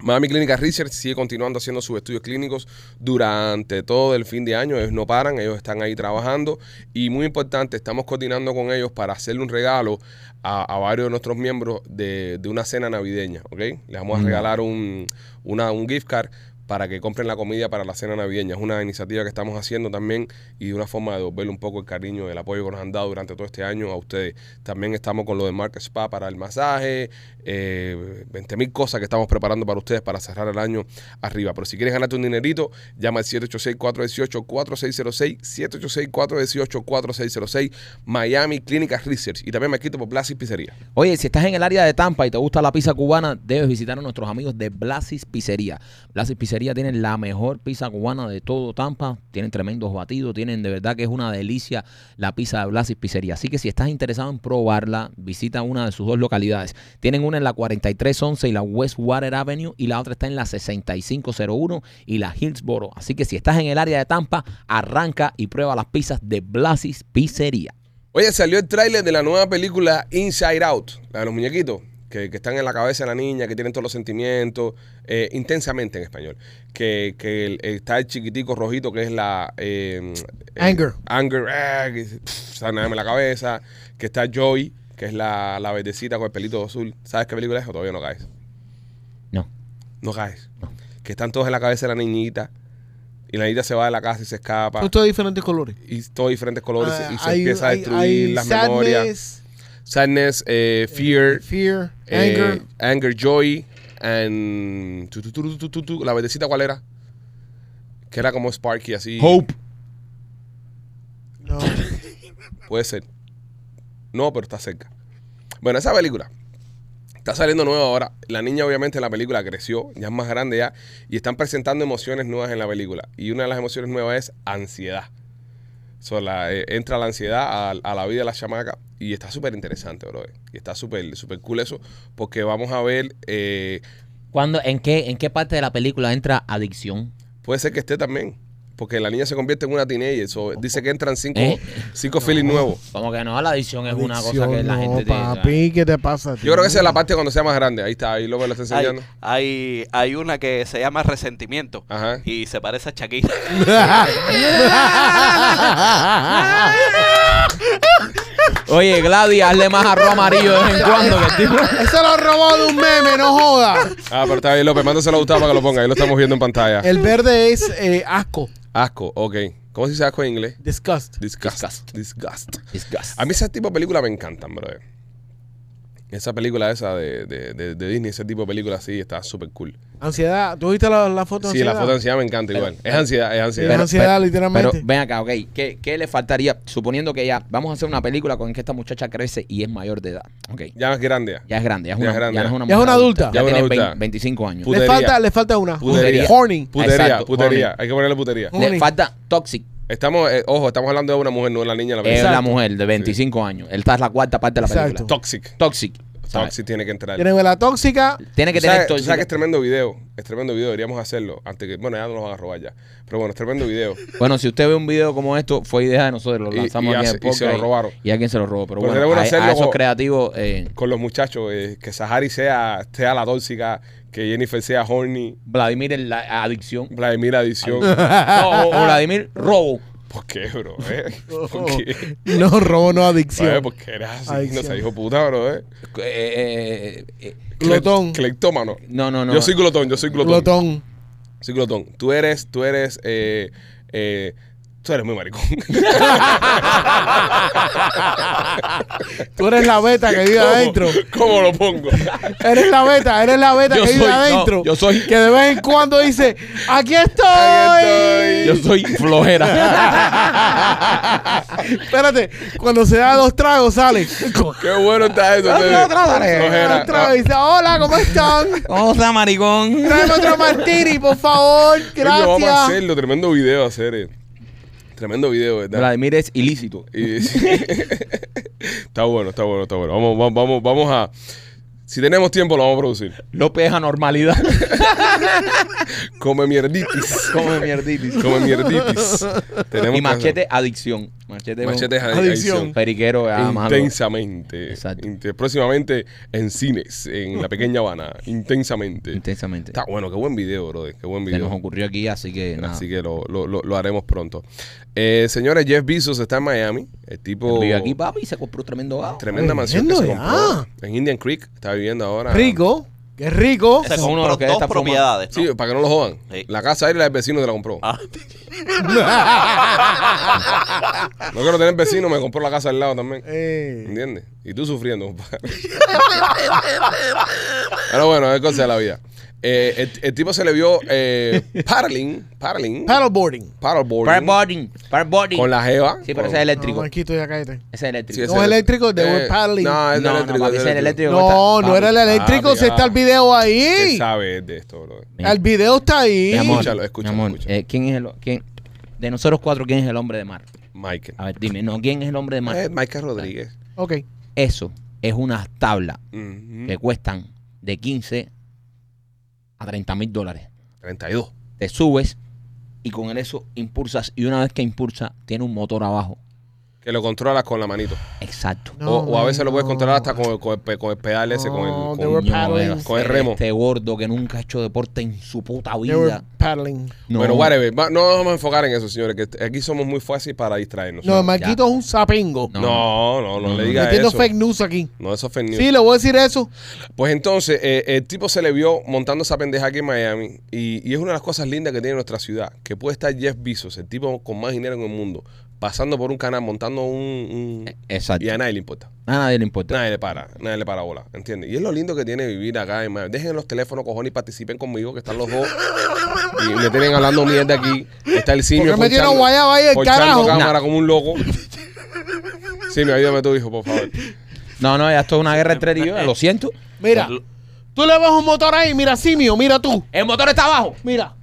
Miami Clínica Research sigue continuando haciendo sus estudios clínicos durante todo el fin de año. Ellos no paran, ellos están ahí trabajando. Y muy importante, estamos coordinando con ellos para hacerle un regalo a, a varios de nuestros miembros de, de una cena navideña. ¿ok? Les vamos a Mm. regalar un, una- un gift card para que compren la comida para la cena navideña. Es una iniciativa que estamos haciendo también y de una forma de devolverle un poco el cariño, el apoyo que nos han dado durante todo este año a ustedes. También estamos con lo de Market Spa para el masaje, eh, 20 mil cosas que estamos preparando para ustedes para cerrar el año arriba. Pero si quieres ganarte un dinerito, llama al 786-418-4606, 786-418-4606, Miami Clínica Research y también me quito por Blas y Pizzería. Oye, si estás en el área de Tampa y te gusta la pizza cubana, debes visitar a nuestros amigos de Blasis Pizzería. Blasis Pizzería tiene la mejor pizza cubana de todo Tampa. Tienen tremendos batidos, tienen de verdad que es una delicia la pizza de Blasis Pizzería. Así que si estás interesado en probarla, visita una de sus dos localidades. Tienen una en la 4311 y la Westwater Avenue y la otra está en la 6501 y la Hillsboro. Así que si estás en el área de Tampa, arranca y prueba las pizzas de Blasis Pizzería. Oye, salió el tráiler de la nueva película Inside Out, la de los muñequitos. que, que están en la cabeza de la niña, que tienen todos los sentimientos, eh, intensamente en español. Que, que el- está el chiquitico rojito que es la... eh, eh, Anger. anger, ah, que pff, sanándome la cabeza. Que está Joy, que es la, la verdecita con el pelito azul. ¿Sabes qué película es o todavía no caes? No. No caes. Que están todos en la cabeza de la niñita. Y la niñita se va de la casa y se escapa. Son todos diferentes colores. Y todos diferentes colores. Ah, y se hay- empieza a hay- destruir hay las sadness, memorias. Sadness, eh, fear, Fear, eh, anger. anger, joy, and tu, tu, tu, tu, tu, tu, tu. la verdecita cuál era? Que era como Sparky así. No. Puede ser. No, pero está cerca. Bueno, esa película está saliendo nueva ahora. La niña, obviamente, en la película creció, ya es más grande ya, y están presentando emociones nuevas en la película. Y una de las emociones nuevas es ansiedad. So, la, eh, entra la ansiedad a, a la vida de la chamaca y está súper interesante, bro. Y está súper súper cool eso, porque vamos a ver. eh, ¿Cuándo, en, qué, ¿En qué parte de la película entra adicción? puede ser que esté también, porque la niña se convierte en una teenager. so, dice que entran cinco, ¿Eh? cinco feelings nuevos. Como que no, la adicción es una cosa Adicción, que la no, gente tiene. papi, ¿qué te pasa? a ti? Yo creo que esa es la parte cuando sea más grande. Ahí está, ahí lo que lo está Hay, enseñando. hay, hay una que se llama Resentimiento Ajá. y se parece a Shakira. Oye, Gladys, hazle más arroz amarillo de vez en cuando. Que el tipo... Eso lo robó de un meme, no joda. Ah, pero está bien, López. Mándaselo a Gustavo para que lo ponga. Ahí lo estamos viendo en pantalla. El verde es eh, asco, Asco, ok. ¿Cómo se dice asco en inglés? disgust. Disgust. Disgust. Disgust. Disgust. A mí ese tipo de películas me encantan, brother. Esa película esa de, de- de- de Disney, ese tipo de película así, está súper cool. Ansiedad. ¿Tú viste la, la foto de Sí, la ansiedad? foto de ansiedad me encanta igual. es ansiedad, es Sí, es ansiedad. ansiedad, pero- literalmente. Pero ven acá, ok. ¿Qué, qué le faltaría? Suponiendo que ya vamos a hacer una película con que esta muchacha crece y es mayor de edad. Ok. ya es grande. ya. Ya es grande, ya es Ya una, es grande, ya ya. no es una, Ya es mujer una adulta. Ya Ya, es una tiene adulta. 20 25 años. Puta. le, putería. falta, le falta una. Putería. Horny. Putería, Exacto, putería. horny. Hay que ponerle putería. Horny. Le falta toxic. Estamos, eh, ojo, estamos hablando de una mujer, no de la niña. La Es película. la mujer de 25 años. Esta es la cuarta parte de la Exacto. película. Toxic. Toxic. ¿sabes? Toxic tiene que entrar. Tiene la tóxica. Tiene que Tú sabes- tener tú sabes que es toxic. tremendo video. Es tremendo video. Deberíamos hacerlo. Antes que, bueno, ya no nos van a robar ya. Pero bueno, es tremendo video. Bueno, si usted ve un video como esto, fue idea de nosotros. Lo este Y- lanzamos y aquí en hace- y el se lo podcast robaron. Y alguien se lo robó. Pero Pero bueno, tenemos a, que hacerlo a esos como- creativos. eh, Con los muchachos, eh, que Sahari sea, sea la tóxica, que Jennifer sea horny, Vladimir en la adicción. Vladimir adicción. No, o, ah. o Vladimir robo. ¿Por qué, bro? eh? ¿Por qué? No, robo, no adicción. ¿Sabes? Porque eres así, no Adicción. seas hijo puta, bro. Eh? Eh, eh, eh, Cle- Glotón. Cleptómano. no, no, no. Yo soy glotón, yo soy glotón. Glotón. Soy glotón. Tú eres, tú eres, eh, eh, tú eres muy maricón. Tú eres la beta que vive ¿Cómo? adentro. ¿Cómo lo pongo? Eres la beta, eres la beta Yo que vive soy- no, adentro. yo soy- Que de vez en cuando dice: Aquí estoy. Aquí yo soy flojera. Espérate, cuando se da dos tragos sale. Qué bueno está eso. Ah, Teddy. Flojera. Dos tragos y dice: Hola, ¿cómo están? ¿Cómo está, maricón? Tráeme otro martini, por favor. Coño, Vamos a Gracias. hacerlo. Tremendo video hacer. eh. Tremendo video, ¿verdad? Vladimir es ilícito. Y- está bueno, está bueno, está bueno. Vamos, vamos, vamos, vamos a. Si tenemos tiempo, lo vamos a producir. López es anormalidad. Come mierditis. Come mierditis. Come mierditis. Tenemos Y que machete, adicción. Machete, hacer- Machete es adi- Adicción. adicción. Periquero, ah, malo. Intensamente. Exacto. Inte- próximamente en cines, en la pequeña Habana. Intensamente. Intensamente. Está bueno, qué buen video, brother. Qué buen Se nos video. ocurrió aquí, así que nada. Así que lo, lo- lo- lo haremos pronto. Eh, señores, Jeff Bezos está en Miami. El tipo. Vivió aquí, papi, y se compró un tremendo vago. Tremenda Tremendo mansión que se ya. compró en Indian Creek. Está viviendo ahora. Rico, qué rico. Ese Se es uno de los compró que dos está fumando. propiedades. ¿no? Sí, para que no lo jodan. Sí. La casa aérea del vecino se la compró. Ah. No quiero tener vecino, me compró la casa al lado también. Eh, ¿Entiendes? Y tú sufriendo, compadre. Pero bueno, es cosa de la vida. Eh, el, el tipo se le vio eh, paddling, paddling, paddleboarding. paddleboarding Parboarding. Parboarding. con la jeva. con- Sí, pero ese es No, eléctrico. Ese Marquito, ya cállate. es eléctrico. Sí, ese Eh, No, eléctrico, de buen paddling. No, es No, no, eléctrico. papi, es ese es eléctrico. eléctrico. No, Papi, no era el eléctrico, papi, si está ah. el video Él ahí. sabe de esto, bro. Mira, El video está ahí. mi amor, Escúchalo, mi escúchalo, amor, escúchalo. eh, ¿Quién es el quién, de nosotros cuatro quién es el hombre de mar? Michael. A ver, dime, no, ¿quién es el hombre de mar? Eh, Michael Rodríguez. Ah. Ok. Eso es una tabla Mm. Ujú. que cuestan de 15 a 30 mil dólares. 32. Te subes y con el eso impulsas y una vez que impulsa tiene un motor abajo Que lo controlas con la manito. Exacto. No, o, o a veces lo puedes no. controlar hasta con, con el, pe- con el pedal ese, con No, el... they were Con, Coño, paddling. veo, Con el remo. Este gordo que nunca ha hecho deporte en su puta They were vida. paddling. No. Bueno, whatever. Va- No nos vamos a enfocar en eso, señores, que aquí somos muy fáciles para distraernos. No, No, Marquito es un sapingo. No. no, no, No, le no. digas Metiendo eso. fake news aquí. No, eso es fake news. Sí, le voy a decir eso. Pues entonces, eh, el tipo se le vio montando esa pendeja aquí en Miami. Y, y es una de las cosas lindas que tiene nuestra ciudad. Que puede estar Jeff Bezos, el tipo con más dinero en el mundo, pasando por un canal, montando un. Eh. un- Exacto. y a nadie le importa. A nadie le importa. Nadie le para. Nadie le para bola. ¿Entiendes? Y es lo lindo que tiene vivir acá en Miami. Dejen los teléfonos, cojones, y participen conmigo, que están los dos. Y me tienen hablando mierda aquí. Está el simio. Porque me tiene ponchando- guayaba ahí el ponchando carajo. cámara como un loco. Simio, ayúdame tú, hijo, por favor. No, no, ya esto es una guerra entre ellos. Lo siento. Mira, tú le ves un motor ahí, mira, simio, mira tú. El motor está abajo. Mira.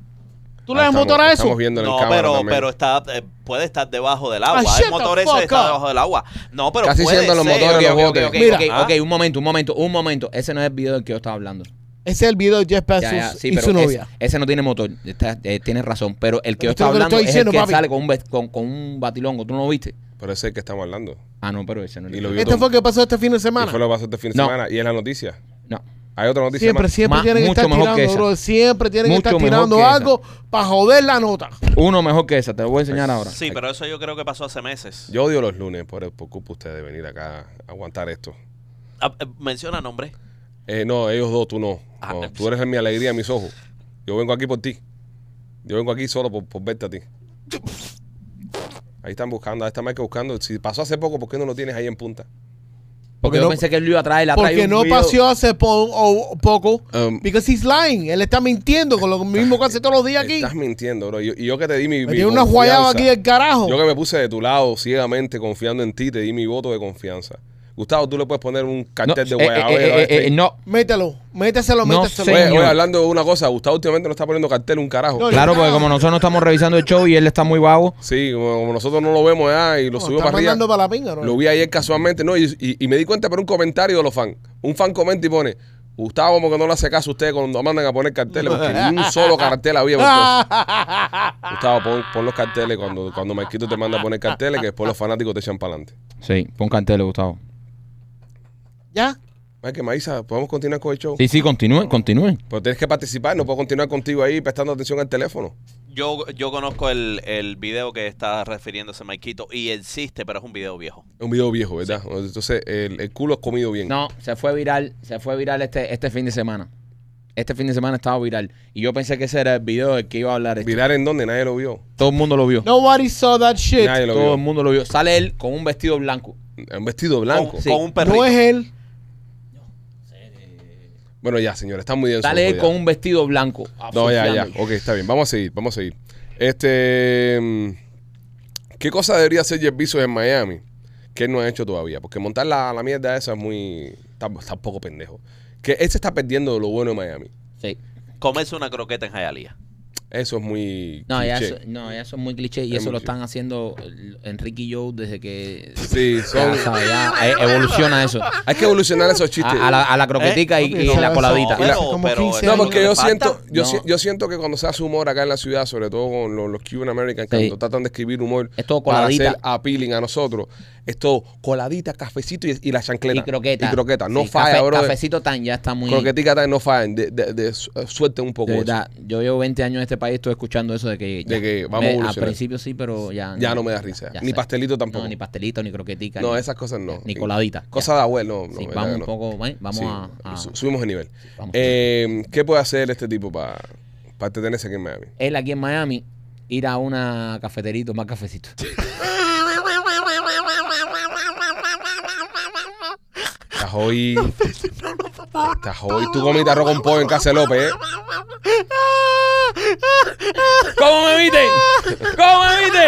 Tú Ah, le ves estamos- motor a eso. Estamos viendo en No, cámara pero, también. pero está, eh, puede estar debajo del agua. Ah, shut el motor the ese fuck está up. debajo del agua. No, pero Casi puede siendo los ser. motores, Ok, los ok, ok, botes. ok, Mira. Mira. Ah. ok, un momento, un momento, un momento. Ese no es el video del que yo estaba hablando. Ese es el video de Jeff Bezos Ya, ya, sí, y pero Ah, su es- novia. ese no tiene motor. Está- eh, tienes razón. Pero el que yo Esto estaba es lo que hablando te es estoy el diciendo, que papi. sale con un, ves- con, con un batilongo. ¿Tú no lo viste? Pero ese es el que estamos hablando. Ah, no, pero ese no es Y el lo que- vio Este todo. fue el que pasó este fin de Y fue semana. lo que pasó este fin de No. semana. Y es la noticia. No. Hay otra noticia. Siempre, más. siempre Ma- tienen que mucho estar mejor que tirando, esa. bro. Siempre tienen que Mucho estar mejor tirando que esa. algo para joder la nota. Uno mejor que esa. Te lo voy a enseñar ahora. Sí, pero eso yo creo que pasó hace meses. Yo odio los lunes por, por culpa de ustedes de venir acá a aguantar esto. Ah, eh, menciona nombre. Eh, no, ellos dos, tú no. Ah, No, eh, tú eres mi alegría, mis ojos. Yo vengo aquí por ti. Yo vengo aquí solo por, por verte a ti. Ahí están buscando, ahí está Mike buscando. Si pasó hace poco, ¿por qué no lo tienes ahí en punta? Porque yo no- pensé que él lo iba a traer. le ha traído Porque un no video. Ah. paseó hace po- o- poco. Um, because he's lying. Él está mintiendo con lo mismo que hace todos los días aquí. Estás mintiendo, bro. Yo- Y yo, que te di mi. Me mi tiene una guayaba confianza. aquí del carajo. Yo que me puse de tu lado ciegamente confiando en ti, te di mi voto de confianza. Gustavo, tú le puedes poner un No, cartel eh, de eh, guayabero eh, a eh, este. eh, no. Mételo. Méteselo, No méteselo. sé. Oye, señor. oye, hablando de una cosa, Gustavo últimamente no está poniendo cartel un carajo. No, Claro, porque como nosotros no estamos revisando el show y él está muy vago. Sí, como, como nosotros no lo vemos ya y lo No, subimos está para arriba. mandando para la pinga, ¿no? Lo vi ayer casualmente, no, y, y- y me di cuenta por un comentario de los fans. Un fan comenta y pone, Gustavo como que no le hace caso a ustedes cuando mandan a poner carteles, porque ni un solo cartel había. puesto". Gustavo, pon, pon los carteles cuando, cuando Marquito te manda a poner carteles, que después los fanáticos te echan para adelante. Sí, pon cartel, Gustavo. ¿Ya? que Maísa, ¿podemos continuar con el show? Sí, sí, continúen, continúen. Pero tienes que participar, no puedo continuar contigo ahí prestando atención al teléfono. Yo, yo conozco el, el video que está refiriéndose Maikito y existe, pero es un video viejo. Es un video viejo, ¿verdad? Entonces, el, el culo es comido bien. No, se fue viral, se fue viral este, este fin de semana. Este fin de semana estaba viral. Y yo pensé que ese era el video del que iba a hablar. este. Virar en donde nadie lo vio. Todo el mundo lo vio. Nobody saw that shit. Nadie lo Todo el vio. mundo lo vio. Sale él con un vestido blanco. Un vestido blanco. Con, con un perrito. No es él. Bueno, ya, señora, está muy bien. Sale él con un vestido blanco. No, ya, ya. surfeando. Ok, está bien. Vamos a seguir, vamos a seguir. Este. mm, ¿Qué cosa debería hacer Jeff Bezos en Miami que él no ha hecho todavía? Porque montar la, la mierda esa es muy. Está, está un poco pendejo. Que él se está perdiendo de lo bueno de Miami. Sí. Comerse una croqueta en Hialeah. Eso es muy. No, ya cliché. eso, no, ya eso es muy cliché. Y Es eso muy lo cliché. están haciendo el- Enrique y yo desde que. Sí, son. Ya, sabes, ya, eh, evoluciona eso. A, Hay que evolucionar esos chistes. a la, a la croquetica y, Eh, y no, la eso- coladita. Y la- Pero, Como pero 15 No, años. porque le yo falta. siento, yo, No. si- yo siento que cuando se hace humor acá en la ciudad, sobre todo con los, los Cuban Americans, que Sí. cuando tratan de escribir humor Es todo para coladita. hacer appealing a nosotros, es todo coladita, cafecito y, y la chancleta. Y croqueta. Y croqueta. No Sí, falla, café- bro. Cafecito tan ya está muy. Croquetica tal, no fallan. De, de- de su- eh, suerte un poco. De eso. verdad, yo llevo 20 años en este país, estoy escuchando eso de que. De que vamos a me- Al evolucionar. principio sí, pero ya. Ya no me da risa. ya Ni sé. pastelito tampoco. No, ni pastelito, ni croquetica. No, ni- esas cosas no. Ni coladita. Cosas de abuelo. No, Sí, no, vamos verdad un que no. poco, ¿eh? vamos Sí, a. a- su- subimos el nivel. vamos. Eh, ¿Qué puede hacer este tipo para para entretenerse aquí en Miami? Él aquí en Miami, ir a una cafeterita, más cafecito. Estás hoy. Estás hoy. Tú comiste arroz con pollo en casa de López, ¿eh? ¿Cómo me viste? ¿Cómo me viste?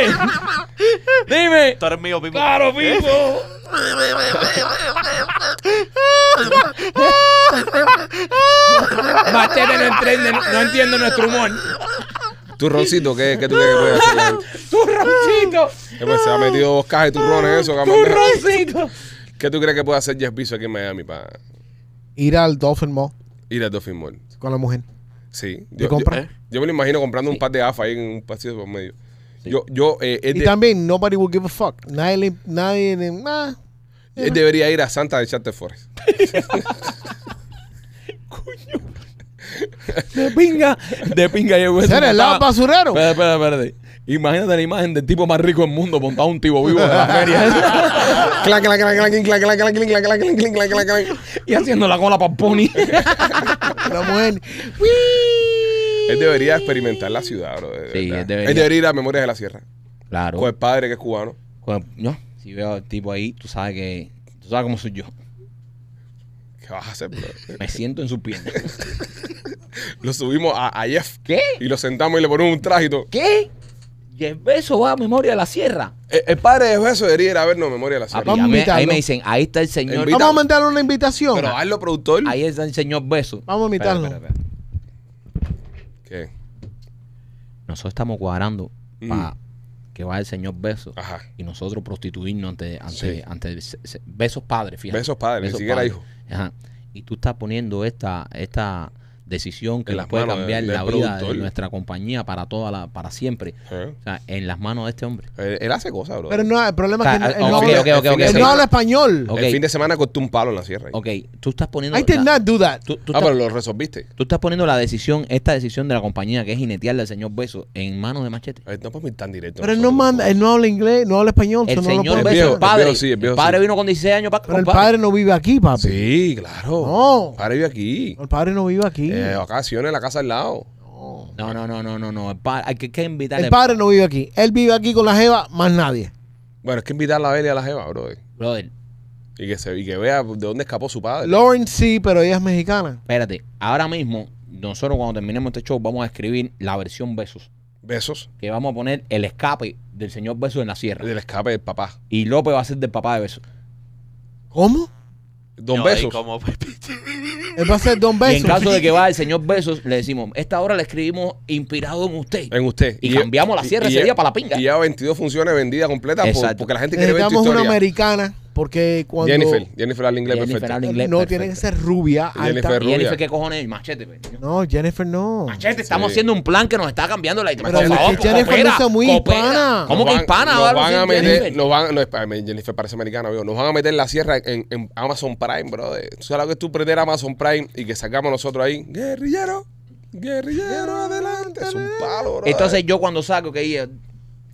Dime. Tú eres mío, Pipo. vivo. Machete no entiende, no entiende nuestro humor. Turroncito, ¿qué, qué tú crees que puede hacer? la gente? Turroncito. Eh, pues, se ha metido dos cajas de turrones, eso. que ha mandado. Turroncito. ¿Qué tú crees que puede hacer Jeff Bezos aquí en Miami para Ir al Dolphin Mall ir a Dolphin Mall? con la mujer. Sí. eh, ¿Te compras? Yo, yo me lo imagino comprando un par de AFA ahí en un pasillo por medio. Yo, yo, eh, él Y de- también, nobody will give a fuck. Nadie le. Nadie le- ah. Él debería ir a Santa de Charter Forest. De pinga, de pinga yo Pues, hubiese Era el lado matado- basurero. Espérate, espérate, espérate. Imagínate la imagen del tipo más rico del mundo montado un tipo vivo de la feria Clac, clac, clac, clac, clac, clac, clac, clac, clac, clac, clac, clac, clac, clac. y haciendo la cola para pony. La mujer. Él debería experimentar la ciudad, bro. de Sí, verdad. él debería. Él debería ir a Memorias de la Sierra. Claro. Con el padre que es cubano. Con- no, Pues, si veo al tipo ahí, tú sabes que tú sabes cómo soy yo. ¿Qué vas a hacer, bro? Me siento en sus piernas. Lo subimos a, a Jeff. ¿Qué? Y lo sentamos y le ponemos un traje y todo. ¿Qué? Y el beso va a memoria de la sierra. El, el padre de Jesús debería ir a vernos Memorias de la Sierra. Papi, a mí- ahí invitarlo. me dicen, ahí está el señor. Invita- Vamos a mandarle una invitación. Pero hazlo productor. Ahí está el señor beso. Vamos a Espera, invitarlo. espera, espera. ¿Qué? Nosotros estamos cuadrando Mm. para que vaya el señor beso. Ajá. y nosotros prostituirnos ante, ante, Sí. ante se- se- besos padres, fíjate. Besos padres, ni siquiera hijos. Ajá. Y tú estás poniendo esta, esta decisión que En le las puede manos cambiar del- del la vida productor. de nuestra compañía para toda la, para siempre. ¿Eh? O sea, en las manos de este hombre. Él, él hace cosas, bro. Pero no, el problema O sea, es que él no, ah, ok, habla- ok, ok, ok, él ok. no habla español. Ok. El fin de semana cortó un palo en la sierra. ahí. Ok, tú estás poniendo... I did la- not do that. tú- tú Ah, estás- pero lo resolviste. tú estás poniendo la decisión, esta decisión de la compañía que es jinetearle al señor Beso en manos de Machete. Ay, Eh, No podemos ir tan directo. Pero él no nosotros, manda, por él no habla inglés, no habla español. El so no lo señor puede- El Beso, viejo- el padre, el viejo sí, el el viejo padre sí. vino con 16 años para Pero el padre no vive aquí, papi. favor. Sí, claro. No. El Padre vive aquí. El padre no vive aquí. Eh, vacaciones en la casa al lado. No. No, no, no, no, no, no. El padre, hay que, que invitarle. El padre no vive aquí. Él vive aquí con la jeva, más nadie. Bueno, es que invitarla a él y a la Jeva, bro. Brother, Y que, se, y que vea de dónde escapó su padre. Lauren sí, pero ella es mexicana. Espérate, ahora mismo, nosotros cuando terminemos este show vamos a escribir la versión Besos, Besos que vamos a poner el escape del señor Besos en la sierra. del escape del papá. Y López va a ser del papá de Besos. ¿Cómo? Don No, y Besos. como- Él va a ser Don Y Besos. en caso de que vaya el señor Besos, le decimos, esta hora la escribimos inspirado en usted. En usted. Y cambiamos la sierra ese ya- día para la pinga. Y ya 22 funciones vendidas completas por- Exacto. porque la gente quiere ver tu Necesitamos una historia. americana, porque cuando Jennifer. Jennifer habla inglés Jennifer perfecto. habla no inglés, tiene perfecto. que ser rubia, alta. Jennifer Y él dice, rubia. ¿qué cojones? Machete, pe. No, Jennifer no. Machete, estamos Sí. haciendo un plan que nos está cambiando la Pero Por la favor, Jennifer no coopera, sea muy coopera. hispana. ¿Cómo Nos que van- hispana? Nos va a van a lucir meter, Jennifer? nos van, no, espérame, Jennifer parece americana, amigo. Nos van a meter la sierra en, en Amazon Prime, brother. Tú sabes lo que es tú prender Amazon Prime y que sacamos nosotros ahí. Guerrillero, guerrillero, Ah, adelante. Es un palo, brother. Entonces yo cuando saco que ella,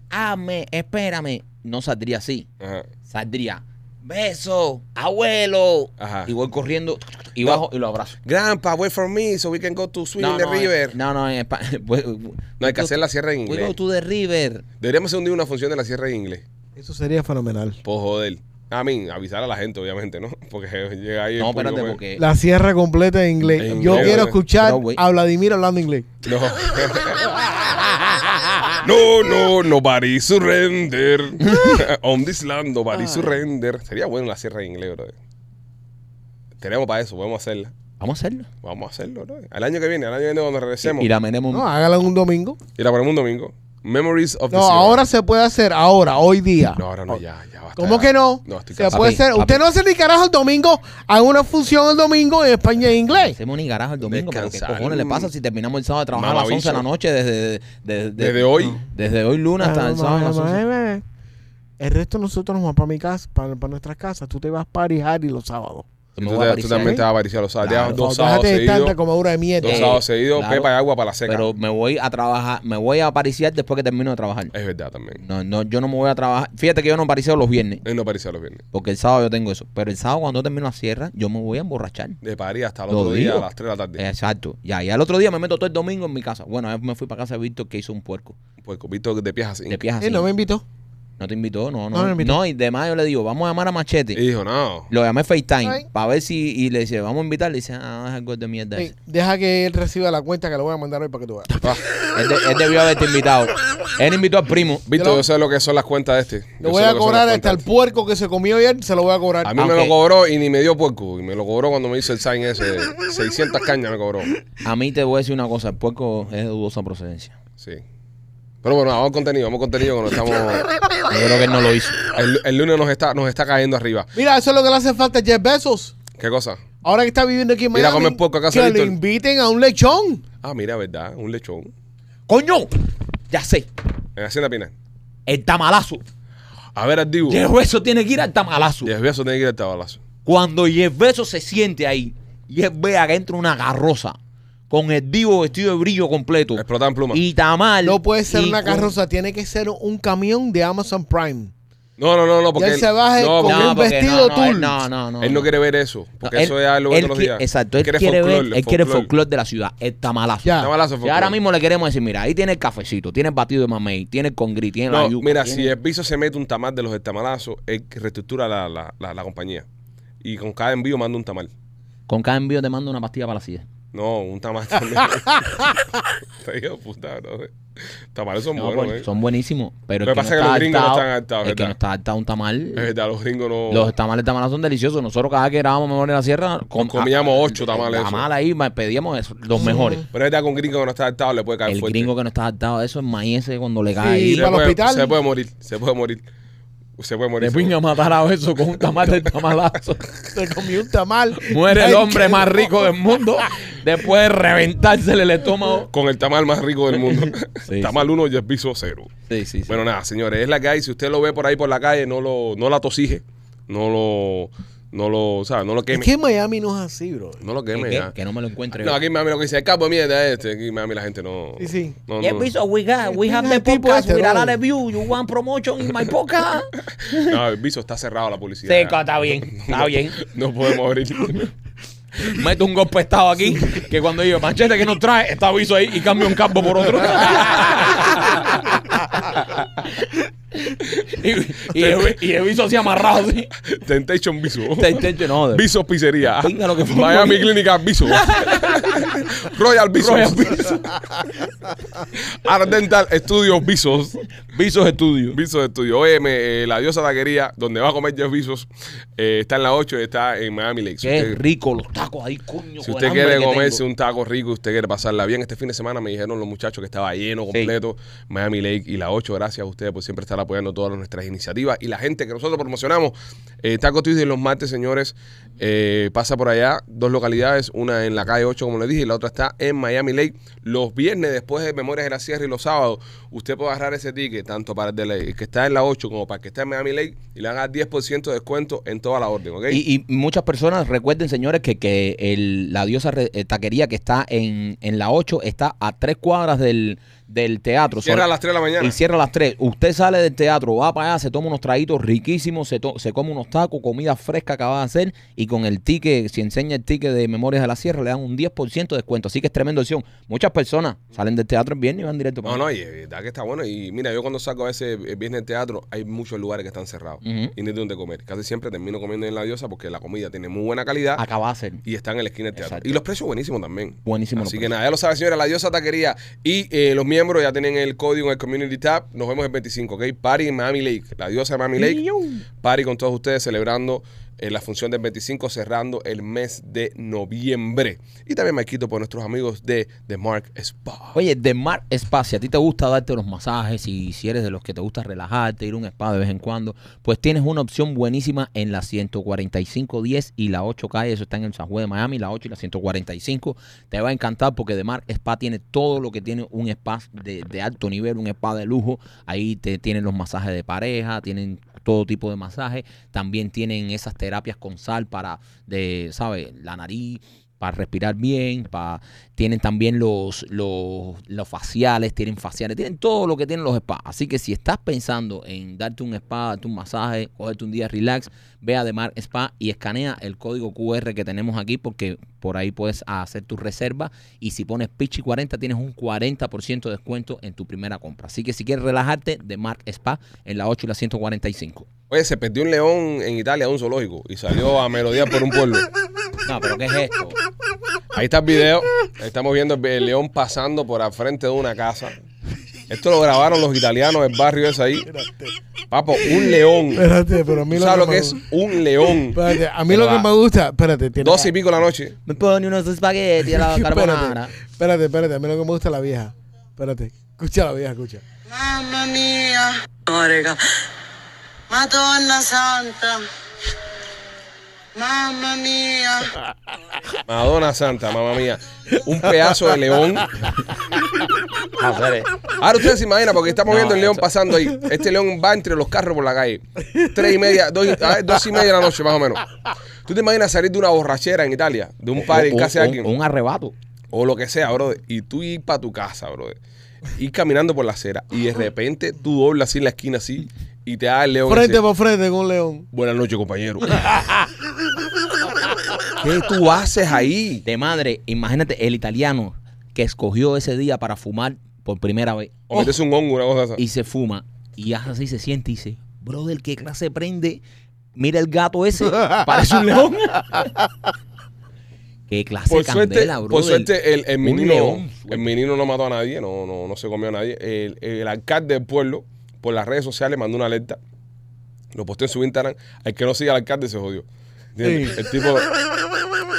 ame, espérame, no saldría así. Ajá. saldría beso, abuelo. Ajá. Y voy corriendo y No. bajo y lo abrazo. Grandpa, wait for me so we can go to Swing No, the no, River. eh, no, no, en Espa- pues, we- we- No hay que hacer la sierra en we go inglés. to the river. Deberíamos hacer un día una función de la sierra en inglés. Eso sería fenomenal. Por joder. A mí, avisar a la gente, obviamente, ¿no? Porque llega ahí. el No, público, espérate, pues. porque. La sierra completa en inglés. En Yo inglés, quiero güey. escuchar Pero, güey. a Vladimir hablando inglés. No. no, no, nobody surrender. On this land, Ah. nobody surrender. Sería bueno la sierra en inglés, bro. Tenemos para eso, podemos hacerla. Vamos a hacerlo. Vamos a hacerlo, bro. Al año que viene, al año que viene cuando regresemos. Y la menemos. No, hágalo un domingo. Y la ponemos un domingo. Memories of the No, Sierra. ahora se puede hacer, ahora, hoy día. No, ahora no, ya, ya basta. ¿Cómo que no? No, estoy se cansado. puede Papi, hacer. papi. Usted no hace ni carajo el domingo. Haga una función el domingo en España e inglés. Hacemos ni garajo el domingo. Pero ¿Qué Descansar. cojones le pasa si terminamos el sábado de trabajar a las 11 de la Mamabicho. noche desde, desde, Desde hoy. Desde hoy lunes hasta el sábado a las eh. 11? El resto nosotros nos vamos para mi casa, para, para nuestras casas. Tú te vas para y los sábados. Me Tú, voy a te- tú París, también ¿eh? te vas a apariciar los sábados. Te Claro. das dos sábados Déjate de este. tanta seguidos. comadura de mierda. Dos Eh, sábados seguidos, claro. pepa y agua para la seca. Pero me voy a trabajar, me voy a apariciar después que termino de trabajar. Es verdad también. No, no, yo no me voy a trabajar. Fíjate que yo no apariceo los viernes. Él no aparecía los viernes. Porque el sábado yo tengo eso. Pero el sábado cuando termino la sierra, yo me voy a emborrachar. De París hasta el Lo otro día a digo. las 3 de la tarde. Exacto. Ya, y al otro día me meto todo el domingo en mi casa. Bueno, a veces me fui para casa de Víctor que hizo un puerco. Pues con Víctor de pies así. De pies así. Eh, no no, me invitó. te invitó, no, No no. me No, invitó. y además yo le digo, vamos a llamar a Machete. Y dijo, no. Lo llamé Ay. FaceTime para ver si. Y le dice, vamos a invitar. Le dice, ah, es algo de mierda. Ey, ese. deja que él reciba la cuenta que le voy a mandar hoy para que tú veas. Ah, Él, de- él debió haberte invitado. Él invitó al primo. Víctor, yo sé lo que son las cuentas de este. Le Yo voy sé a lo que son cobrar las hasta el cuentas puerco que se comió ayer, se lo voy a cobrar. de este. A mí Aunque- me lo cobró y ni me dio puerco. Y me lo cobró cuando me hizo el sign ese. 600 cañas me cobró. A mí te voy a decir una cosa: el puerco es de dudosa procedencia. Sí. Pero bueno, vamos al contenido, vamos al contenido que nos estamos. Yo creo que él no lo hizo. El, el lunes nos está, nos está cayendo arriba. Mira, eso es lo que le hace falta a Jeff Bezos. ¿Qué cosa? Ahora que está viviendo aquí en Mira, Miami, come puerco acá, que le Salito. inviten a un lechón. Ah, mira, verdad, un lechón. ¡Coño! Ya sé. En Hacienda Pina. el tamalazo. A ver, Ardivo. Jeff Bezos tiene que ir al tamalazo. Jeff Bezos tiene que ir al tabalazo. Cuando Jeff Bezos se siente ahí y él vea que entra una carroza con el divo vestido de brillo completo Explotar en pluma. y tamal. No puede ser y una con- carroza, tiene que ser un camión de Amazon Prime. No, no, no, no, Y porque él se baje no, con porque un porque no, vestido no, tul. él- No, no, no. él no quiere ver eso, porque él- eso ya lo ve él todos los quiere- días. Exacto, él quiere folclore, ver, él quiere folclore. folclore de la ciudad, el tamalazo. Ya. Tabalazo, Y folclore. ahora mismo le queremos decir, mira, ahí tiene el cafecito, tiene el batido de mamey, tiene el congri, tiene la No, yuca. mira, tiene- si el piso se mete un tamal de los del tamalazo, él reestructura la, la, la, la compañía. Y con cada envío manda un tamal. Con cada envío te mando una pastilla para la silla. No, un tamal también. Te digo, puta, no. Tamales son No, buenos, por- eh. son buenísimos, pero el Lo que pasa es que los está gringos no adaptado- están adaptados, El ¿verdad? que Eh, no está adaptado a un tamal, Es verdad, los gringos no. Los tamales tamales son deliciosos. Nosotros cada vez que grabábamos Memoria en la Sierra, com- comíamos ocho tamales, eso. Tamales ahí, ma- pedíamos eso, los mejores. Pero es verdad, con gringo que no está adaptado le puede caer El fuerte. gringo que no está adaptado a eso es maíz ese cuando le Sí, cae Y se, para el puede, hospital. se puede morir, se puede morir. Se puede ahí. morir. De seguro. piña matar a eso con un tamal del tamalazo. Se comió un tamal. Muere el Ay, hombre qué más no. rico del mundo después de reventársele el estómago. Con el tamal más rico del mundo. Sí, tamal 1 y el piso 0. Sí, sí, sí. Bueno, nada, señores, es la que hay. Si usted lo ve por ahí por la calle, no lo, no la tosije. No lo, no lo, ¿sabes? No lo Es queme. que Miami no es así, bro. No lo ¿Qué, queme. qué? ya. Que no me lo encuentre. No, aquí en Miami lo que dice, el capo de mierda es este. Aquí en Miami la gente no. Sí, sí. no, no. Yeah, Biso, we got, we have the Este tipo podcast, este, we got bro. a review, you want promotion in my podcast. No, el piso está cerrado la Sí, publicidad. está bien, está bien. No podemos abrir. Meto un golpe de estado aquí, que cuando digo, machete que nos trae, está aviso ahí y cambio un campo por otro. y, y, el- y el viso así amarrado así. Temptation Viso. Te- te- no, de- Viso Pizzería. Venga, lo que fue. Miami Clínica Viso. Royal Viso. Royal Viso. Art Dental Studios Visos. Visos Estudio. Visos Studios. Oye, me, eh, la diosa taquería, donde va a comer Jeff Visos, eh, está en la 8 y está en Miami Lakes. Eh, Qué rico los tacos ahí, coño. Si con usted el hambre quiere que comerse tengo. un taco rico, usted quiere pasarla bien, este fin de semana me dijeron los muchachos que estaba lleno completo, Miami Lake y la 8, gracias a ustedes por siempre estar apoyando todas nuestras iniciativas y la gente que nosotros promocionamos. Eh, taco Tuesday los martes, señores, eh, pasa por allá, dos localidades, una en la calle 8, como les dije, y la otra está en Miami Lake. Los viernes, después de Memorias de la Sierra y los sábados, usted puede agarrar ese ticket, tanto para el, de la- el que está en la 8 como para el que está en Miami Lake, y le haga 10% de descuento en toda la orden, ¿ok? Y, y muchas personas recuerden, señores, que, que el- la diosa re- eh, taquería que está en, en la 8 está a tres cuadras del, del teatro. Cierra a Son- las 3 de la mañana. Y cierra a las 3. Usted sale del teatro, va para allá, se toma unos traguitos riquísimos, se, to- se come unos tacos, comida fresca que va a hacer y con el ticket, si enseña el ticket de Memorias de la Sierra, le dan un 10% de descuento. Así que es tremenda opción. Muchas personas salen del teatro en viernes y van directo para No, no, y es verdad que está bueno. Y mira, yo cuando saco a veces eh, el viernes al teatro, hay muchos lugares que están cerrados Ujú. y no hay donde comer. Casi siempre termino comiendo en la diosa porque la comida tiene muy buena calidad Acaba de ser. y está en la esquina del teatro. Ah. Exacto. Y los precios buenísimos también. Buenísimo. Así que nada, ya lo sabe, señora, la diosa taquería. Y eh, los miembros ya tienen el código en el Community Tab. Nos vemos el 25, ¿ok? Party en Miami Lake. La diosa de Miami Lake. Party con todos ustedes celebrando eh, la función del 25, cerrando el mes de noviembre. Y también me quito por nuestros amigos de The Mark Spa. Oye, de Mar Spa, si a ti te gusta darte los masajes y si eres de los que te gusta relajarte, ir a un spa de vez en cuando, pues tienes una opción buenísima en la 14510 y la 8 calle, eso está en el San Juan de Miami, la 8 y la 145. Te va a encantar porque de Mar Spa tiene todo lo que tiene un spa de, de alto nivel, un spa de lujo. Ahí te tienen los masajes de pareja, tienen todo tipo de masajes, también tienen esas terapias con sal para, de, ¿sabes? La nariz, para respirar bien, para tienen también los, los, los faciales, tienen faciales, tienen todo lo que tienen los spas. Así que si estás pensando en darte un spa, darte un masaje, cogerte un día relax, ve a Demar Spa y escanea el código QR que tenemos aquí porque por ahí puedes hacer tu reserva y si pones Pichi 40 tienes un 40% de descuento en tu primera compra. Así que si quieres relajarte, Demar Spa en la 8 y la 145. Oye, se perdió un león en Italia de un zoológico y salió a melodía por un pueblo. No, pero ¿qué es esto? Ahí está el video. Estamos viendo el- el león pasando por al frente de una casa. Esto lo grabaron los italianos del barrio ese ahí. Papo, un león. Espérate, pero a mí ¿Tú lo sabes lo me que es gusta- un león? Espérate, a mí Pero lo que va. me gusta, espérate, tiene Dos y pico de la noche. Me pone unos espaguetis a la carbonara. espérate, espérate, espérate, a mí lo que me gusta es la vieja. Espérate, escucha la vieja, escucha. Mamma mia! Orega. Madonna santa! Mamma mia! Madonna Santa, mamá mía. Un pedazo de león hacer eso. Ahora ustedes se imaginan, porque estamos No, viendo el león eso- pasando ahí. Este león va entre los carros por la calle. Tres y media, dos, a ver, dos y media de la noche más o menos. ¿Tú te imaginas salir de una borrachera en Italia, de un padre en Un- casa de un- alguien, un arrebato. o lo que sea, bro, y tú ir para tu casa, bro, ir caminando por la acera y de repente tú doblas así en la esquina así y te da el león. Frente ese. por frente con León. Buenas noches, compañero. ¿Qué tú haces ahí? De madre, imagínate el italiano que escogió ese día para fumar por primera vez Oh, O metes un hongo, una cosa así. y se fuma y hace así se siente y dice, brother, ¿qué clase prende? Mira el gato ese, parece un león. ¿Qué clase Por suerte, candela, brother? por suerte el, el Un menino, león, el menino no mató a nadie, no, no, no se comió a nadie. El, el alcalde del pueblo, por las redes sociales, mandó una alerta. Lo posteó en su Instagram. Al que no siga al alcalde se jodió. ¿Entiendes? El tipo.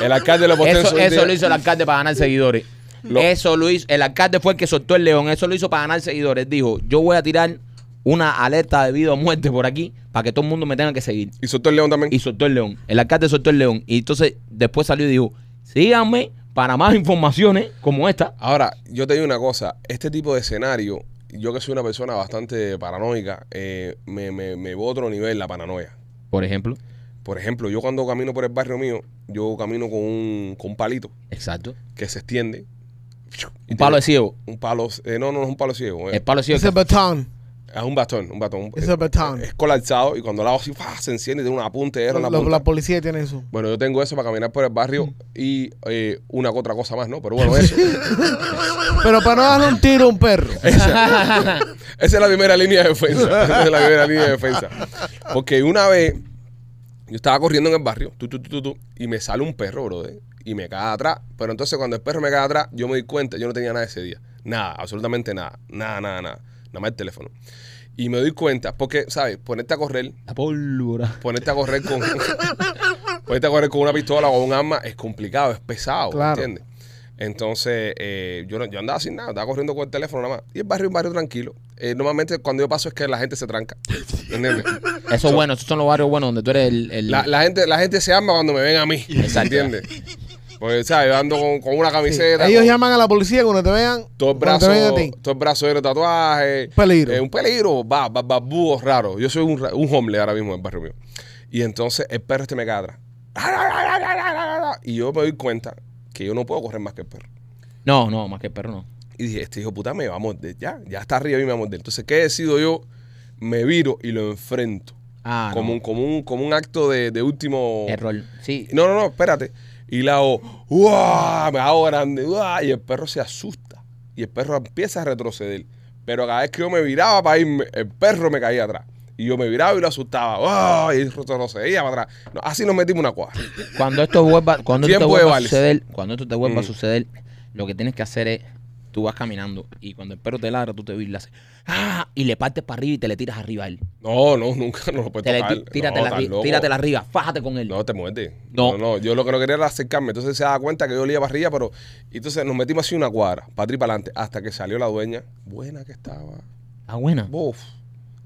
El alcalde lo posteó en Eso, su eso Instagram. lo hizo el alcalde para ganar seguidores. Lo- Eso lo hizo. El alcalde fue el que soltó el león. Eso lo hizo para ganar seguidores. Dijo: Yo voy a tirar una alerta de vida o muerte por aquí para que todo el mundo me tenga que seguir. Y soltó el león también. Y soltó el león. El alcalde soltó el león. Y entonces después salió y dijo: Síganme para más informaciones como esta. Ahora, yo te digo una cosa, este tipo de escenario, yo que soy una persona bastante paranoica, eh, me, me, me voy a otro nivel la paranoia. Por ejemplo. Por ejemplo, yo cuando camino por el barrio mío, yo camino con un, con un palito Exacto. que se extiende. Un palo de ciego. Un palo, eh, no, no, no es un palo ciego. eh, El palo de ciego. Ese betón. Es un bastón, un bastón. un- Es un bastón. Es colapsado y cuando la hago así, ¡fa! se enciende y tiene un apunte de hierro en La, la punta. la policía tiene eso. Bueno, yo tengo eso para caminar por el barrio y eh, una que otra cosa más, ¿no? Pero bueno, eso. Pero para no darle un tiro a un perro. Esa, esa es la primera línea de defensa. Esa es la primera línea de defensa. Porque una vez yo estaba corriendo en el barrio, tu, tu, tu, tu, tu, y me sale un perro, brother, y me cae atrás. Pero entonces cuando el perro me cae atrás, yo me di cuenta, yo no tenía nada ese día. Nada, absolutamente nada. Nada, nada, nada. Nada más el teléfono. Y me doy cuenta, porque, ¿sabes? Ponerte a correr, La pólvora. ponerte a correr con. ponerte a correr con una pistola o un arma es complicado, es pesado, Claro. ¿entiendes? Entonces, eh, yo, no- yo andaba sin nada, estaba corriendo con el teléfono nada más. Y el barrio es un barrio tranquilo. Eh, normalmente cuando yo paso es que la gente se tranca. ¿Entiendes? Eso es bueno. Esos son los barrios buenos donde tú eres el. el- La, la gente, la gente se arma cuando me ven a mí. Exacto. ¿Entiendes? Porque, ¿sabes? Yo ando con, con una camiseta. Ellos con- llaman a la policía cuando te vean. todo el cuando brazo, te vean a ti. todo el brazo lleno de tatuaje. Peligro. Eh, un peligro, va, va, barbúo raro. Yo soy un, ra- un homeless ahora mismo en el barrio mío. Y entonces el perro este me cae atrás. Y yo me doy cuenta que yo no puedo correr más que el perro. No, no, más que el perro no. Y dije, este hijo de puta me va a morder. Ya, ya está arriba y me va a morder. Entonces, ¿qué decido yo? Me viro y lo enfrento. Ah, como, no. un, como, un, como un acto de, de último... Error. Sí. No, no, no, espérate. Y la hago, ¡guau! Me hago grande, ¡guau! Y el perro se asusta. Y el perro empieza a retroceder. Pero cada vez que yo me viraba para irme, el perro me caía atrás. Y yo me viraba y lo asustaba. ¡guau! Y él retrocedía para atrás. No, así nos metimos una cuadra. Cuando esto vuelva, cuando esto te Tiempo de vuelva a vales. suceder, cuando esto te vuelva a Mm. suceder, lo que tienes que hacer es, tú vas caminando y cuando el perro te ladra, tú te virlas ¡ah! y le partes para arriba y te le tiras arriba a él. No, no, nunca no lo puedo Te le- tocar. tí- Pues no, tírate, la, estás arri- loco. tíratela arriba, fájate con él. No, te muerde. No. No. no, Yo lo que no quería era acercarme. Entonces se daba cuenta que yo olía barriga, pero. y Entonces nos metimos así una cuadra, para atrás y para adelante, hasta que salió la dueña. Buena que estaba. Ah, buena. Bof.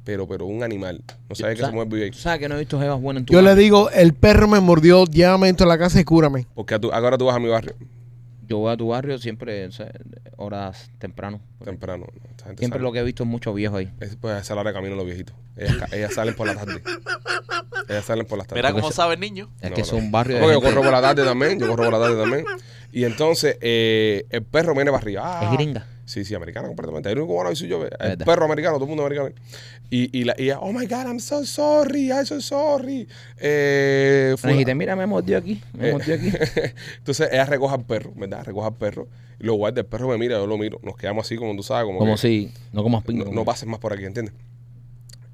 Pero, pero un animal. No sabía que Sa- se mueve ahí. Tú sabes que no he visto jevas buenas en tu Yo le vida. digo, el perro me mordió, llévame dentro de la casa y cúrame. Porque a tu- ahora tú vas a mi barrio Yo voy a tu barrio siempre, o sea, horas temprano. temprano. ¿no? Esta gente Siempre sale. lo que he visto es muchos viejos ahí. Es, pues, esa es la hora de camino los viejitos. Ellas, ca- ellas salen por la tarde. Ellas salen por la tarde. Mira Porque cómo se- sabe el niño. Es No, que no. es un barrio de Porque yo gente- corro por la tarde también. Yo corro por la tarde también. Y entonces eh, el perro viene para arriba. Es Ah. gringa. Sí, sí, americana completamente. El único bueno soy yo. El Verdad. perro americano, todo el mundo americano. Y, y, la, y ella, oh my God, I'm so sorry, I'm so sorry. Eh, Me fula- dijiste, mira, me mordió aquí, me Eh, mordió aquí. Entonces ella recoge al perro, ¿verdad? Recoge al perro. Y lo guarda, el perro me mira, yo lo miro. Nos quedamos así, como tú sabes. Como, Como que si, pues, no como pingo. no, no pases más por aquí, ¿entiendes?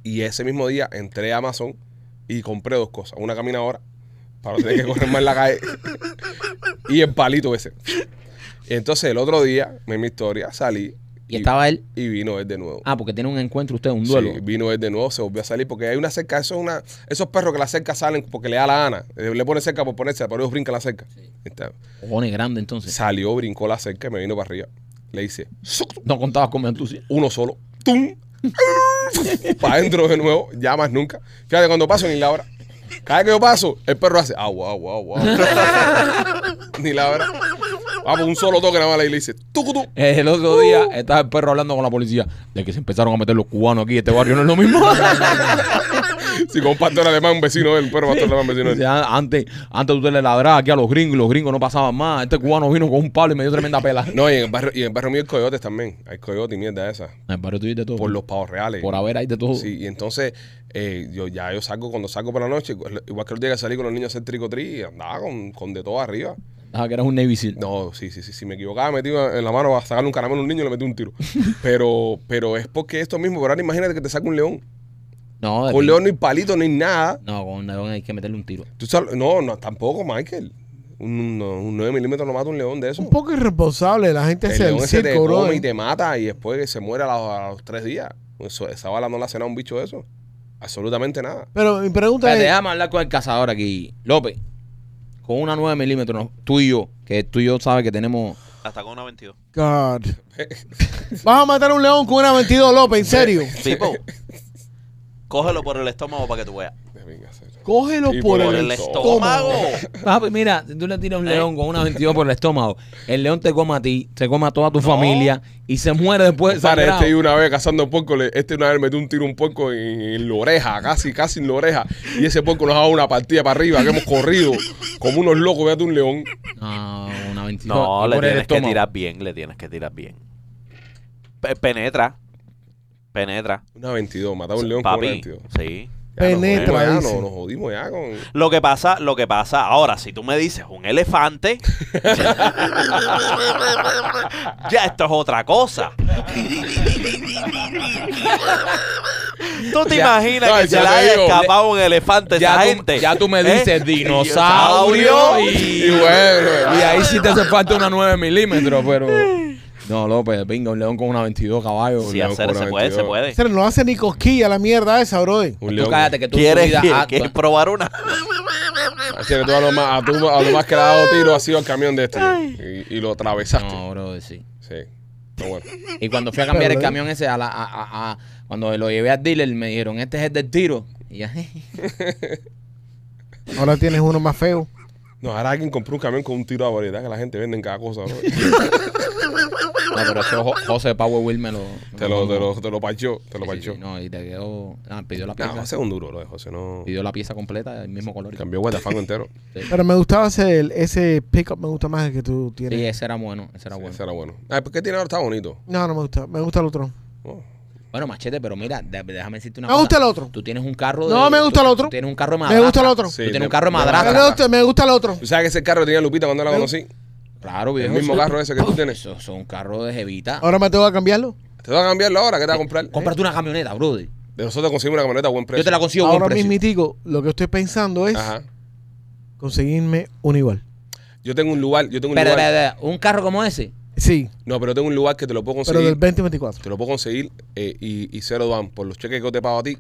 Y ese mismo día entré a Amazon y compré dos cosas. Una caminadora para no tener que correr más en la calle y el palito ese. Entonces el otro día, en mi historia, salí Y estaba él. y vino él de nuevo. Ah, porque tiene un encuentro usted, un duelo. Sí, vino él de nuevo, se volvió a salir porque hay una cerca, eso es una, esos perros que la cerca salen porque le da la gana, Eh, le pone cerca por ponerse, pero ellos brincan la cerca. Está- Cojones grande entonces. Salió, brincó la cerca y me vino para arriba. Le hice "Suc", No contabas con mi entusiasmo. uno solo, ¡tum! para adentro de nuevo, ya más nunca. Fíjate, cuando paso ni la hora. Cada vez que yo paso, el perro hace agua, agua, agua. ni la hora. Ah, pues un solo toque nada más le dice, tucu, tú. Eh, El otro día estaba el perro hablando con la policía de que se empezaron a meter los cubanos aquí. Este barrio no es lo mismo. Si con un pastor alemán, un vecino de él, un perro pastor alemán, vecino de O él. sea, antes, antes usted le ladraba aquí a los gringos y los gringos no pasaban más. Este cubano vino con un palo y me dio tremenda pela. No, y en el barrio, y en el barrio mío hay coyotes también. Hay coyotes y mierda esa. Ay, pero tú viste todo. Por los pavos reales. Por haber ahí de Oh. todo. Sí, y entonces eh, yo ya yo salgo cuando salgo por la noche, igual igual que los días que salí con los niños a hacer tricotri y andaba con, con de todo arriba. Ah, que eras un Navy Seal. No, sí, sí, sí, si me equivocaba, metí en la mano a sacarle un caramelo a un niño y le metí un tiro. Pero, pero es porque esto mismo, pero ahora imagínate que te saca un león. No, Ah, Con un león no hay palito, no hay nada. no, con un león hay que meterle un tiro. Tú sabes- no, no, tampoco, Michael. Un, no, un 9 milímetros no mata un león de eso. Un poco irresponsable. La gente Mm. el se león el ese te circo, bro. come y te mata y después se muere a los, a los tres días. Eso- esa bala no la cena un bicho de eso. Absolutamente nada. Pero mi pregunta Espérate, es, déjame hablar con el cazador aquí. López, con una 9 milímetros, no, tú y yo, que tú y yo sabes que tenemos. Hasta con una 22. God. Vas a matar a un león con una 22 López, en serio. Tipo, cógelo por el estómago para que tú veas. Cógelo Y por, Por el el estómago. estómago. Papi, mira, si tú le tiras a un Eh. león con una 22 por el estómago, el león te come a ti, te come a toda tu familia y se muere Pues, después. Compadre, sangrado. este y una vez cazando puerco, le- este una vez metió un tiro a un puerco en, en la oreja, casi, casi en la oreja. Y ese puerco nos ha dado una partida para arriba, que hemos corrido como unos locos, véate un león. No, una 22. No, y le por el tienes que estómago. tirar bien, le tienes que tirar bien. Pe- penetra. Penetra. Una 22, mataba un león con una Papi. 22. Sí. Ya nos Penetra, jodimos ya, dice. nos, nos jodimos ya con... Lo que pasa, lo que pasa, ahora, si tú me dices un elefante, ya esto es otra cosa. ¿Tú te imaginas No, que ya se le te haya digo, escapado un elefante a ya esa tú- gente? ¿eh? ya tú me dices dinosaurio dinosaurio y- Y bueno, Y ahí sí te hace falta una 9 milímetros, pero. No, López, venga, un león con una 22 caballos. Sí, León hacer, con se puede, se 22. puede. Se no hace ni cosquilla la mierda esa, bro. un Tú león. cállate que tú en tu ¿Quieres, vida quieres, actúas- quieres probar una? Así que tú a lo más, a tú- a lo más que le ha dado tiro ha sido al camión de este. Y, y lo atravesaste. No, bro, sí. Sí. Pero bueno. Y cuando fui a cambiar el Pero, ¿eh? camión ese, a la, a, a- a- cuando lo llevé al dealer, me dijeron, este es el del tiro. Y ya, Ahora tienes uno más feo. No, ahora alguien compró un camión con un tiro a variedad que la gente vende en cada cosa. bro. no, pero eso Jo- José Power Will me lo... Te lo, te lo, te lo parchó, te lo Sí, sí, parchó. sí, no, y te quedó... Ah, pidió la No, pieza. va a ser un duro, lo de José. No. pidió la pieza completa, del mismo color. Cambió Guatafango entero. Pero me gustaba ese, el- ese pickup, me gusta más el que tú tienes. Sí, eh. ese era bueno, ese era bueno. Ese era bueno. Ay, ¿por qué tiene ahora? Está bonito. No, no me gusta. Me gusta el otro. Oh. Bueno, machete, pero mira, de- déjame decirte una Me cosa. gusta el otro. Tú tienes un carro No, me gusta tú- el otro. tú Tienes un carro de Me gusta el madrastra. otro. Sí, Tú tienes me- un carro de me- Me madrastra. gusta, me gusta el otro. ¿Tú sabes que ese carro que tenía Lupita cuando la conocí? Claro, El viejo. mismo eso- carro ese que tú tienes. Eso son carros de jevita. Ahora me tengo que cambiarlo. Te vas a cambiarlo ahora, ¿qué te vas a Eh. comprar? Cómprate una camioneta, brother. De nosotros conseguimos una camioneta a buen precio. Yo te la consigo a buen Ahora precio. mismitico, lo que estoy pensando es Ajá. conseguirme un igual. Yo tengo un lugar, yo tengo un Pero, lugar. pero, pero, un carro como ese. Sí, No, pero tengo un lugar que te lo puedo pero del conseguir. 2024. Te lo puedo conseguir eh, y, y cero dan. Por los cheques que yo te pago a ti,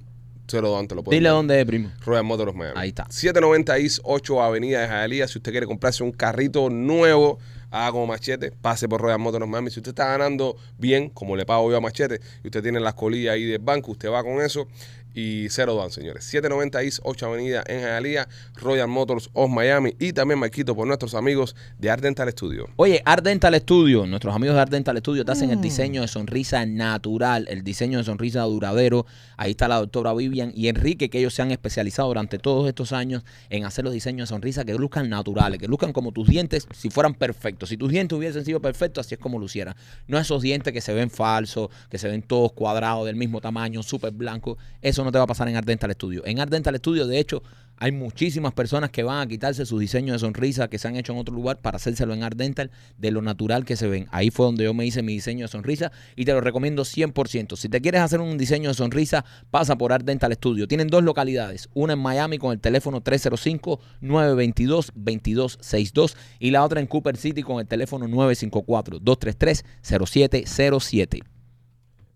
cero dan te lo puedo Dile dar. dónde es, primo. Royal Motors Miami. Ahí está. 790 East 8 Avenida de Jalía. Si usted quiere comprarse un carrito nuevo, haga como machete, pase por Royal Motors Miami. Si usted está ganando bien, como le pago yo a machete, y usted tiene las colillas ahí del banco, usted va con eso. Y cero dan, señores. 790 East 8 Avenida en Jalía, Royal Motors of Miami. Y también Marquito por nuestros amigos de Art Dental Studio. Oye, Art Dental Studio, nuestros amigos de Art Dental Studio te hacen el diseño de sonrisa natural, el diseño de sonrisa duradero. Ahí está la doctora Vivian y Enrique, que ellos se han especializado durante todos estos años en hacer los diseños de sonrisa que luzcan naturales, que luzcan como tus dientes si fueran perfectos. Si tus dientes hubiesen sido perfectos, así es como lucieran. No esos dientes que se ven falsos, que se ven todos cuadrados, del mismo tamaño, súper blancos. Eso no te va a pasar en Art Dental Studio. En Art Dental Studio, de hecho, hay muchísimas personas que van a quitarse sus diseños de sonrisa que se han hecho en otro lugar para hacérselo en Art Dental de lo natural que se ven. Ahí fue donde yo me hice mi diseño de sonrisa y te lo recomiendo 100%. Si te quieres hacer un diseño de sonrisa, pasa por Art Dental Studio. Tienen dos localidades, una en Miami con el teléfono 305-922-2262 y la otra en Cooper City con el teléfono 954-233-0707.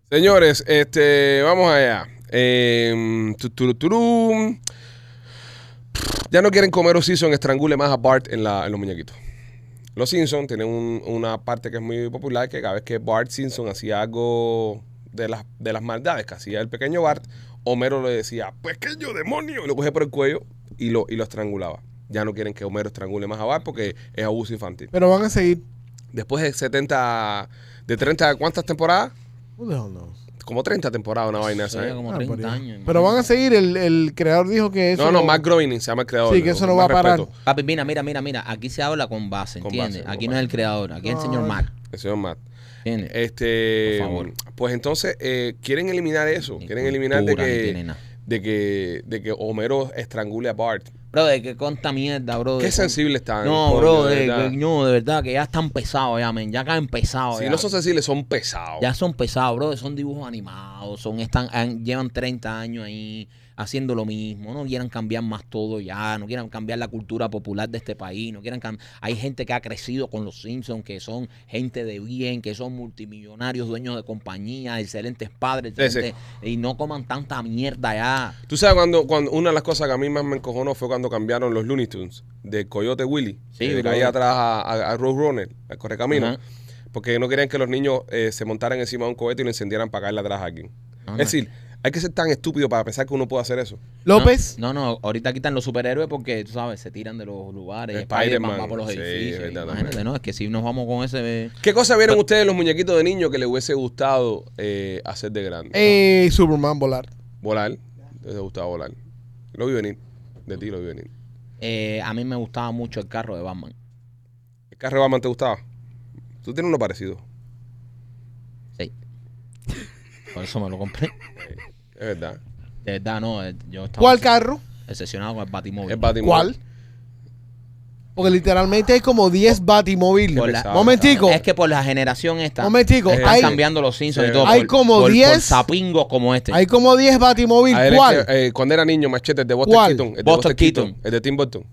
Señores, este, vamos allá. Eh, tu, tu, tu, tu. Ya no quieren comer los Simpsons, estrangule más a Bart en, la- en los muñequitos. Los Simpsons tienen un- una parte que es muy popular, que cada vez que Bart Simpson hacía algo de las, de las maldades que hacía el pequeño Bart, Homero le decía, pequeño demonio, y lo cogía por el cuello y lo, y lo estrangulaba. Ya no quieren que Homero estrangule más a Bart porque es abuso infantil. Pero van a seguir. Después de 70, de 30, ¿cuántas temporadas? Who the hell knows? Como 30 temporadas, una vaina esa. Eso ¿eh? ya como Ah, 30 pero- años. Pero van a seguir, el, el creador dijo que eso. No, no, Mark Groening se llama el creador. Sí, que eso con no más va a parar. respeto. Papi, mira, mira, mira, mira. Aquí se habla con base, Con ¿entiendes? base, aquí con no es el base. creador, aquí es el señor No. Mac. El señor Matt. ¿Entiendes? Eh, Este, Por favor. pues entonces eh, quieren eliminar eso, Ni quieren eliminar de cultura, ni tiene que, nada. de que de que Homero estrangule a Bart. Bro, de que conta mierda, bro. de Qué con- sensibles están. No, coño, bro, de de, verdad. que- no, de verdad, que ya están pesados ya, men. Ya caen pesados si ya. no son sensibles, son pesados. Ya son pesados, bro. Son dibujos animados. son están han- Llevan 30 años ahí haciendo lo mismo. No quieran cambiar más todo ya. No quieran cambiar la cultura popular de este país. No quieran cam- Hay gente que ha crecido con los Simpsons, que son gente de bien, que son multimillonarios, dueños de compañía, excelentes padres. Sí, sí. excelentes- Y no coman tanta mierda ya. Tú sabes cuando, cuando una de las cosas que a mí más me encojonó fue cuando cambiaron los Looney Tunes de Coyote Willy, Sí, que le bro. caía atrás a, a, a Roadrunner, al correcamino, Ajá. porque no querían que los niños eh, se montaran encima de un cohete y lo encendieran para caerle atrás a alguien. No, es no. decir, hay que ser tan estúpido para pensar que uno puede hacer eso. López. No, no, ahorita quitan los superhéroes porque, tú sabes, se tiran de los lugares. Spider-Man, Spider-Man va por los sí, edificios. verdad, Imagínate, también. ¿no? Es que si nos vamos con ese. eh, ¿Qué cosa vieron ustedes los muñequitos de niño que les hubiese gustado eh, hacer de grande? Eh, Superman volar. Volar. Les gustaba volar. Lo vi venir. De ti lo vi venir. eh, a mí me gustaba mucho el carro de Batman. ¿El carro de Batman te gustaba? Tú tienes uno parecido. Sí. Por eso me lo compré. Es verdad. De verdad, no. eh, Yo estaba ¿Cuál obses- carro? Obsesionado con el Batimóvil. Es Batman. ¿Cuál? Porque literalmente hay como 10 batimóvil. Por la- Momentico. Es que por la generación esta. Momentico. Eh, Están Hay, cambiando los Simpsons Sí. y todo. Hay por- como por- 10. Por sapingos como este. hay como 10 batimóvil. A él es ¿Cuál? que, eh, cuando era niño, machete, el de Buster ¿Cuál? Keaton. El de Buster Buster Keaton. Keaton. El de Tim Burton.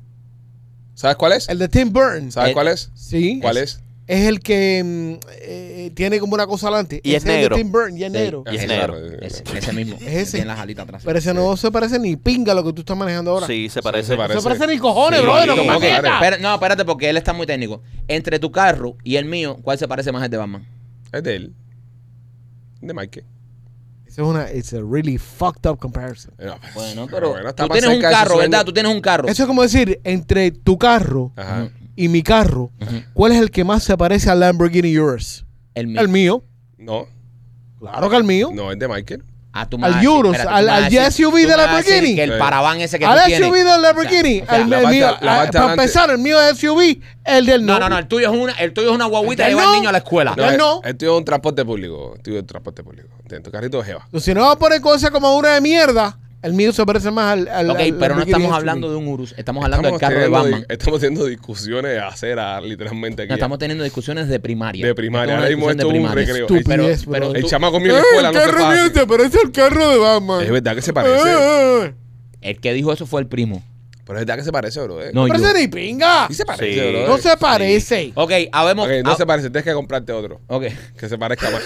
¿Sabes cuál es? El de Tim Burns. ¿Sabes El- cuál es? Sí. ¿Cuál Ese. es? Es el que mm, eh, tiene como una cosa adelante. Y es Ese el de negro. Tim Burns, y es Sí, negro. Y es ese, negro. Ese, ese mismo. Es ese. Tiene las alitas atrás. Pero ese no se parece ni pinga a lo que tú estás manejando ahora. Sí, se parece. se parece. No se parece ni cojones, Sí, brother. No, como más que- mierda. Espera- no, espérate, porque él está muy técnico. Entre tu carro y el mío, ¿cuál se parece más al de Batman? Es de él. De Mike. Esa es una. It's a really fucked up comparison. Ah, Bueno, pero, está tú más tienes un cerca de su carro, sueño. ¿verdad? Tú tienes un carro. Eso es como decir, entre tu carro Ajá. Mm. y mi carro, ¿cuál es el que más se parece al Lamborghini Urus? El mío. El mío. No, Claro que el mío. no, es de Michael. Ah, tú me Al vas a decir, Urus, espérate, tú al- me vas a al decir- SUV tú de me vas a decir Lamborghini. Que el Sí. paraván ese que tú Al tienes. SUV del Lamborghini. o sea, al- la el parte- mío, la ah, parte para adelante- empezar, el mío es SUV, el del no. No, no, no, el tuyo es una, el tuyo es una guaguita El que lleva no. al niño a la escuela. Ya es- no. El tuyo es un transporte público. El tuyo es un transporte público. Tu carrito de Jeva. Entonces, Si no va a poner cosas como una de mierda, el mío se parece más al. al ok, al pero no Lamborghini estamos SUV. hablando de un Urus, estamos hablando del carro de teniendo Batman. di- Estamos teniendo discusiones de acera, literalmente aquí. No, estamos teniendo discusiones de primaria. De primaria, Esto es una ahora mismo discusión esto es un de primaria. recreo. Estupidez, Pero- pero bro. el tú- chamaco mío en Eh, la escuela el no se carro mío pasa. se parece al carro de Batman. Es verdad que se parece. Eh, eh. El que dijo eso fue el primo. Pero es verdad que se parece, bro. eh. No, yo. parece ni pinga. Sí se parece, Sí. bro. eh. No se parece. Ok, habemos. Ok, no ah, se parece. Tienes que comprarte otro ok. que se parezca más.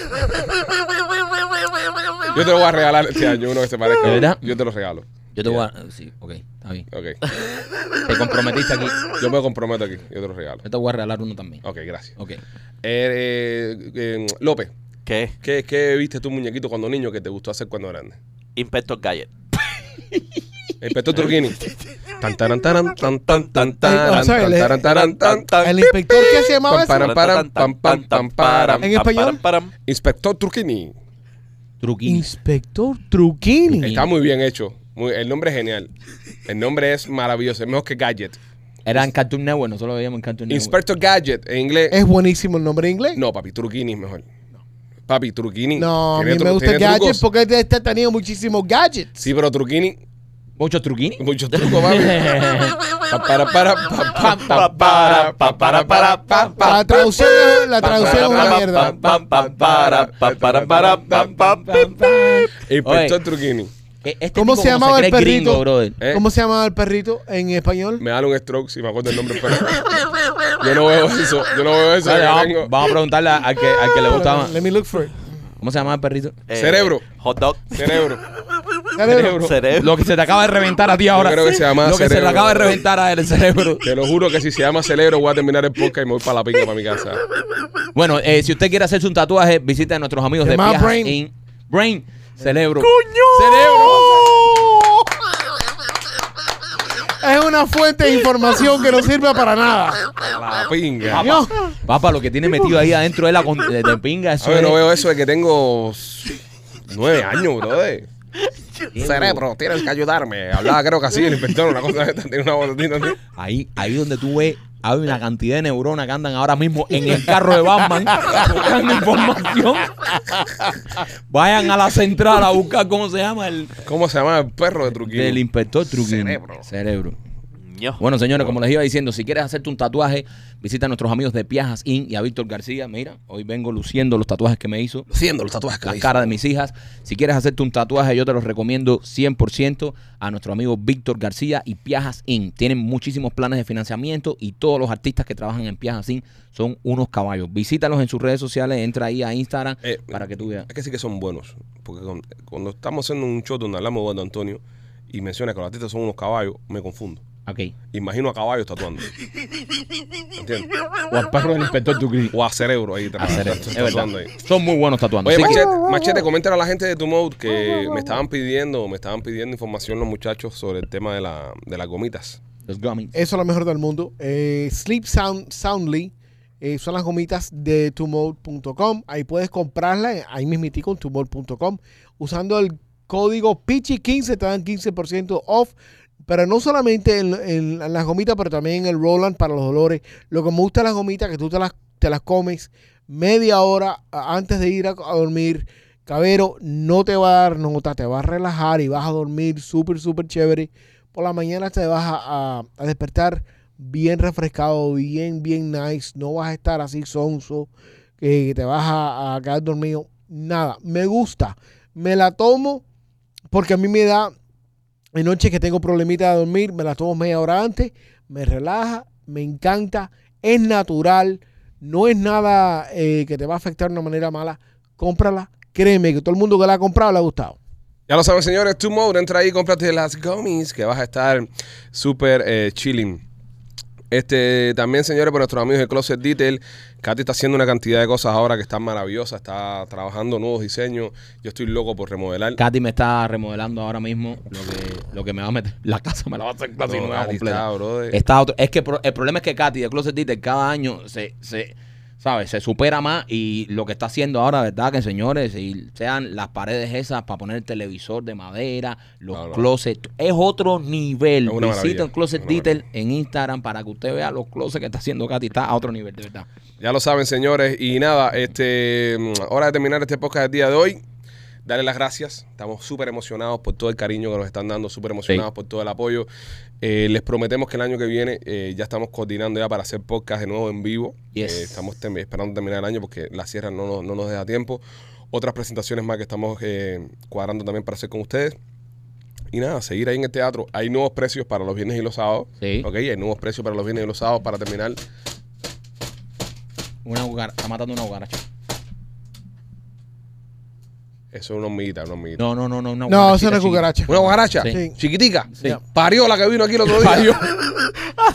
Yo te lo voy a regalar este año uno que se parezca. ¿De verdad? Yo te lo regalo. Yo te voy a. Sí, ok, está bien. Ok. Te comprometiste aquí. Yo me comprometo aquí. Yo te lo regalo. Yo te voy a regalar uno también. Ok, gracias. Ok. Eh, eh, eh, López, ¿Qué? ¿qué, ¿qué viste tu muñequito cuando niño que te gustó hacer cuando grande? Inspector Gadget. El Peto Turquini. Tan, taran, taran, tan, tan, tan, Eh, o taran, sea, tan, el- taran, taran, tan, tan. El inspector que se llamaba Pam, param, ese? param, pam, pam, pam, param. ¿En español? param. Inspector Turquini. Truquín. Inspector Truquini. Está muy bien hecho. Muy- el nombre es genial. El nombre es maravilloso. Es mejor que Gadget. Era en Cartoon Network, nosotros lo veíamos en Cartoon Network. Inspector Gadget en inglés. Es buenísimo el nombre en inglés. No, papi, Turquini es mejor. Papi, Turquini. No, a tiene mí me tru- gusta tiene gadgets trucos. porque este ha tenido muchísimos gadgets. Sí, pero Turquini. ¿Muchos truquín? Muchos trucos, papi. Pa, para, para, pa, pa, pa, para, pa, para, para, pa, pa. La traducción, es- la traducción es una mierda. Este Inspector Turquini. Eh, Este ¿Cómo tipo se como llamaba cree el perrito? gringo, brother. Eh. ¿Cómo se llamaba el perrito en español? Me dan un stroke si me acuerdo el nombre. Pero yo no veo eso. Yo no veo eso. Vale, yo vamos, tengo- vamos a preguntarle a- al que, al que le gustaba. Let me look for it. ¿Cómo se llamaba el perrito? Eh, Cerebro. Hot dog. Cerebro. Cerebro. Cerebro. Lo que se te acaba de reventar a ti ahora. creo que se llama Lo que se te cerebro. acaba de reventar a él, el cerebro. Te lo juro que si se llama Cerebro voy a terminar el podcast y me voy para la pica para mi casa. Bueno, eh, si usted quiere hacerse un tatuaje, visite a nuestros amigos Se de llama Piajas Brain. in Brain. Cerebro. ¡Coño! ¡Cerebro! Es una fuente de información que no sirva para nada. La pinga. Papá, papá, lo que tiene metido ahí adentro de la con- de, de pinga, A eso ver, es- no veo eso de que tengo nueve años, brother. Cerebro, tienes que ayudarme. Hablaba creo que así el inspector, una cosa de esta, tiene una botita así. Ahí, ahí donde tú ves, hay una cantidad de neuronas que andan ahora mismo en el carro de Batman buscando información. Vayan a la central a buscar cómo se llama el ¿Cómo se llama el perro de Truquillo? del inspector Trujillo. Cerebro. Cerebro. Ño. Bueno, señores, como les iba diciendo, si quieres hacerte un tatuaje, visita a nuestros amigos de Piajas Inc. y a Víctor García. Mira, hoy vengo luciendo los tatuajes que me hizo. Haciendo los tatuajes que la me hizo. cara de mis hijas. Si quieres hacerte un tatuaje, yo te los recomiendo 100% a nuestro amigo Víctor García y Piajas Inc. Tienen muchísimos planes de financiamiento y todos los artistas que trabajan en Piajas Inc. son unos caballos. Visítalos en sus redes sociales, entra ahí a Instagram Eh, para que tú veas. Es que sí que son buenos. Porque con- cuando estamos haciendo un show donde hablamos de Eduardo Antonio y menciona que los artistas son unos caballos, me confundo. Ok. Imagino a caballos tatuando. ¿Entiendes? O al perro del inspector Ducri. O a cerebro ahí A tatuando. hacer esto. Es verdad. tatuando ahí. Son muy buenos tatuando. Oye, Así que- Machete, Machete, coméntale a la gente de tu mode que me estaban pidiendo, me estaban pidiendo información los muchachos sobre el tema de, la, de las gomitas. los gummies. Eso es lo mejor del mundo. Eh, Sleep Sound, Soundly eh, son las gomitas de tumode.com. Ahí puedes comprarla eh, ahí mismitico en tumode.com. Usando el código PICHI15 te dan 15% off. Pero no solamente en, en- en las gomitas, pero también en el Roland para los dolores. Lo que me gusta de las gomitas es que tú te las, te las comes media hora a- antes de ir a, a dormir. Cabero, no te va a dar nota, te va a relajar y vas a dormir súper, súper chévere por la mañana te vas a, a- a despertar bien refrescado, bien, bien nice. No vas a estar así sonso, que te vas a, a quedar dormido. Nada, me gusta. Me la tomo porque a mí me da, en noches que tengo problemita de dormir, me la tomo media hora antes, me relaja, me encanta, es natural, no es nada eh, que te va a afectar de una manera mala. Cómprala, créeme que todo el mundo que la ha comprado le ha gustado. Ya lo saben, señores, tu mode, entra ahí, cómprate las gomis que vas a estar súper eh, chilling. Este, también, señores, para nuestros amigos de Closet Detail, Katy está haciendo una cantidad de cosas ahora que están maravillosas, está trabajando nuevos diseños. Yo estoy loco por remodelar. Katy me está remodelando ahora mismo lo que, lo que me va a meter. La casa me la va a hacer casi No, nueva Katy completa. está, brother. Está otro- es que pro- el problema es que Katy de Closet Dieter cada año se, se, ¿sabes? se supera más y lo que está haciendo ahora, ¿verdad? Que señores, y sean las paredes esas para poner el televisor de madera, los Claro. closets, es otro nivel. Es una maravilla, Visita el Closet una Dieter en Instagram para que usted vea los closets que está haciendo Katy, está a otro nivel, de verdad. Ya lo saben, señores. Y nada, este mm, hora de terminar este podcast del día de hoy. Darle las gracias. Estamos súper emocionados por todo el cariño que nos están dando, súper emocionados por todo el apoyo. Eh, les prometemos que el año que viene eh, ya estamos coordinando ya para hacer podcast de nuevo en vivo. Yes. Eh, estamos tem- esperando terminar el año porque la sierra no, nos- no nos deja tiempo. Otras presentaciones más que estamos eh, cuadrando también para hacer con ustedes. Y nada, seguir ahí en el teatro. Hay nuevos precios para los viernes y los sábados. Sí. Ok, hay nuevos precios para los viernes y los sábados para terminar Una hogar- está matando una hogaracha. Eso es una hormiguita, una hormiguita. No, no, no, no, una No, eso no es chiquita. cucaracha. Una guaracha Sí. chiquitica. Sí. Parió la que vino aquí el otro día. Parió, Así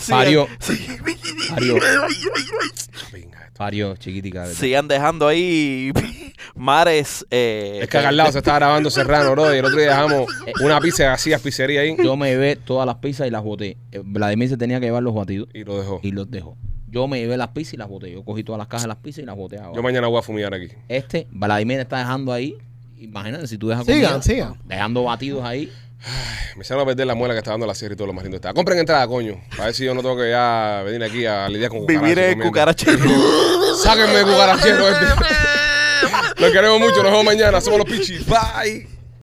es. parió, Ah, Sí. parió, Venga, esto. parió, chiquitica. de verdad. Sigan dejando ahí mares. eh, Es que acá al lado se estaba grabando Serrano, bro. Y el otro día dejamos una pizza de García pizzería ahí. Yo me llevé todas las pizzas y las boté. Eh, Vladimir se tenía que llevar los batidos Y lo dejó. y los dejó. Yo me llevé las pizzas y las boté. Yo cogí todas las cajas de las pizzas y las boté abajo. Yo mañana voy a fumigar aquí. Este, Vladimir está dejando ahí. Imagínate si tú dejas Sigan, sigan. Dejando batidos ahí. Me echaron a perder la muela que está dando la sierra y todo lo más lindo está. Compren entrada, coño. A ver si yo no tengo que ya venir aquí a lidiar con cucarachas. Vivir en comiendo. cucarachero. Sáquenme de cucarachero. este. Los queremos mucho. Nos vemos mañana. Somos los pichis. Bye.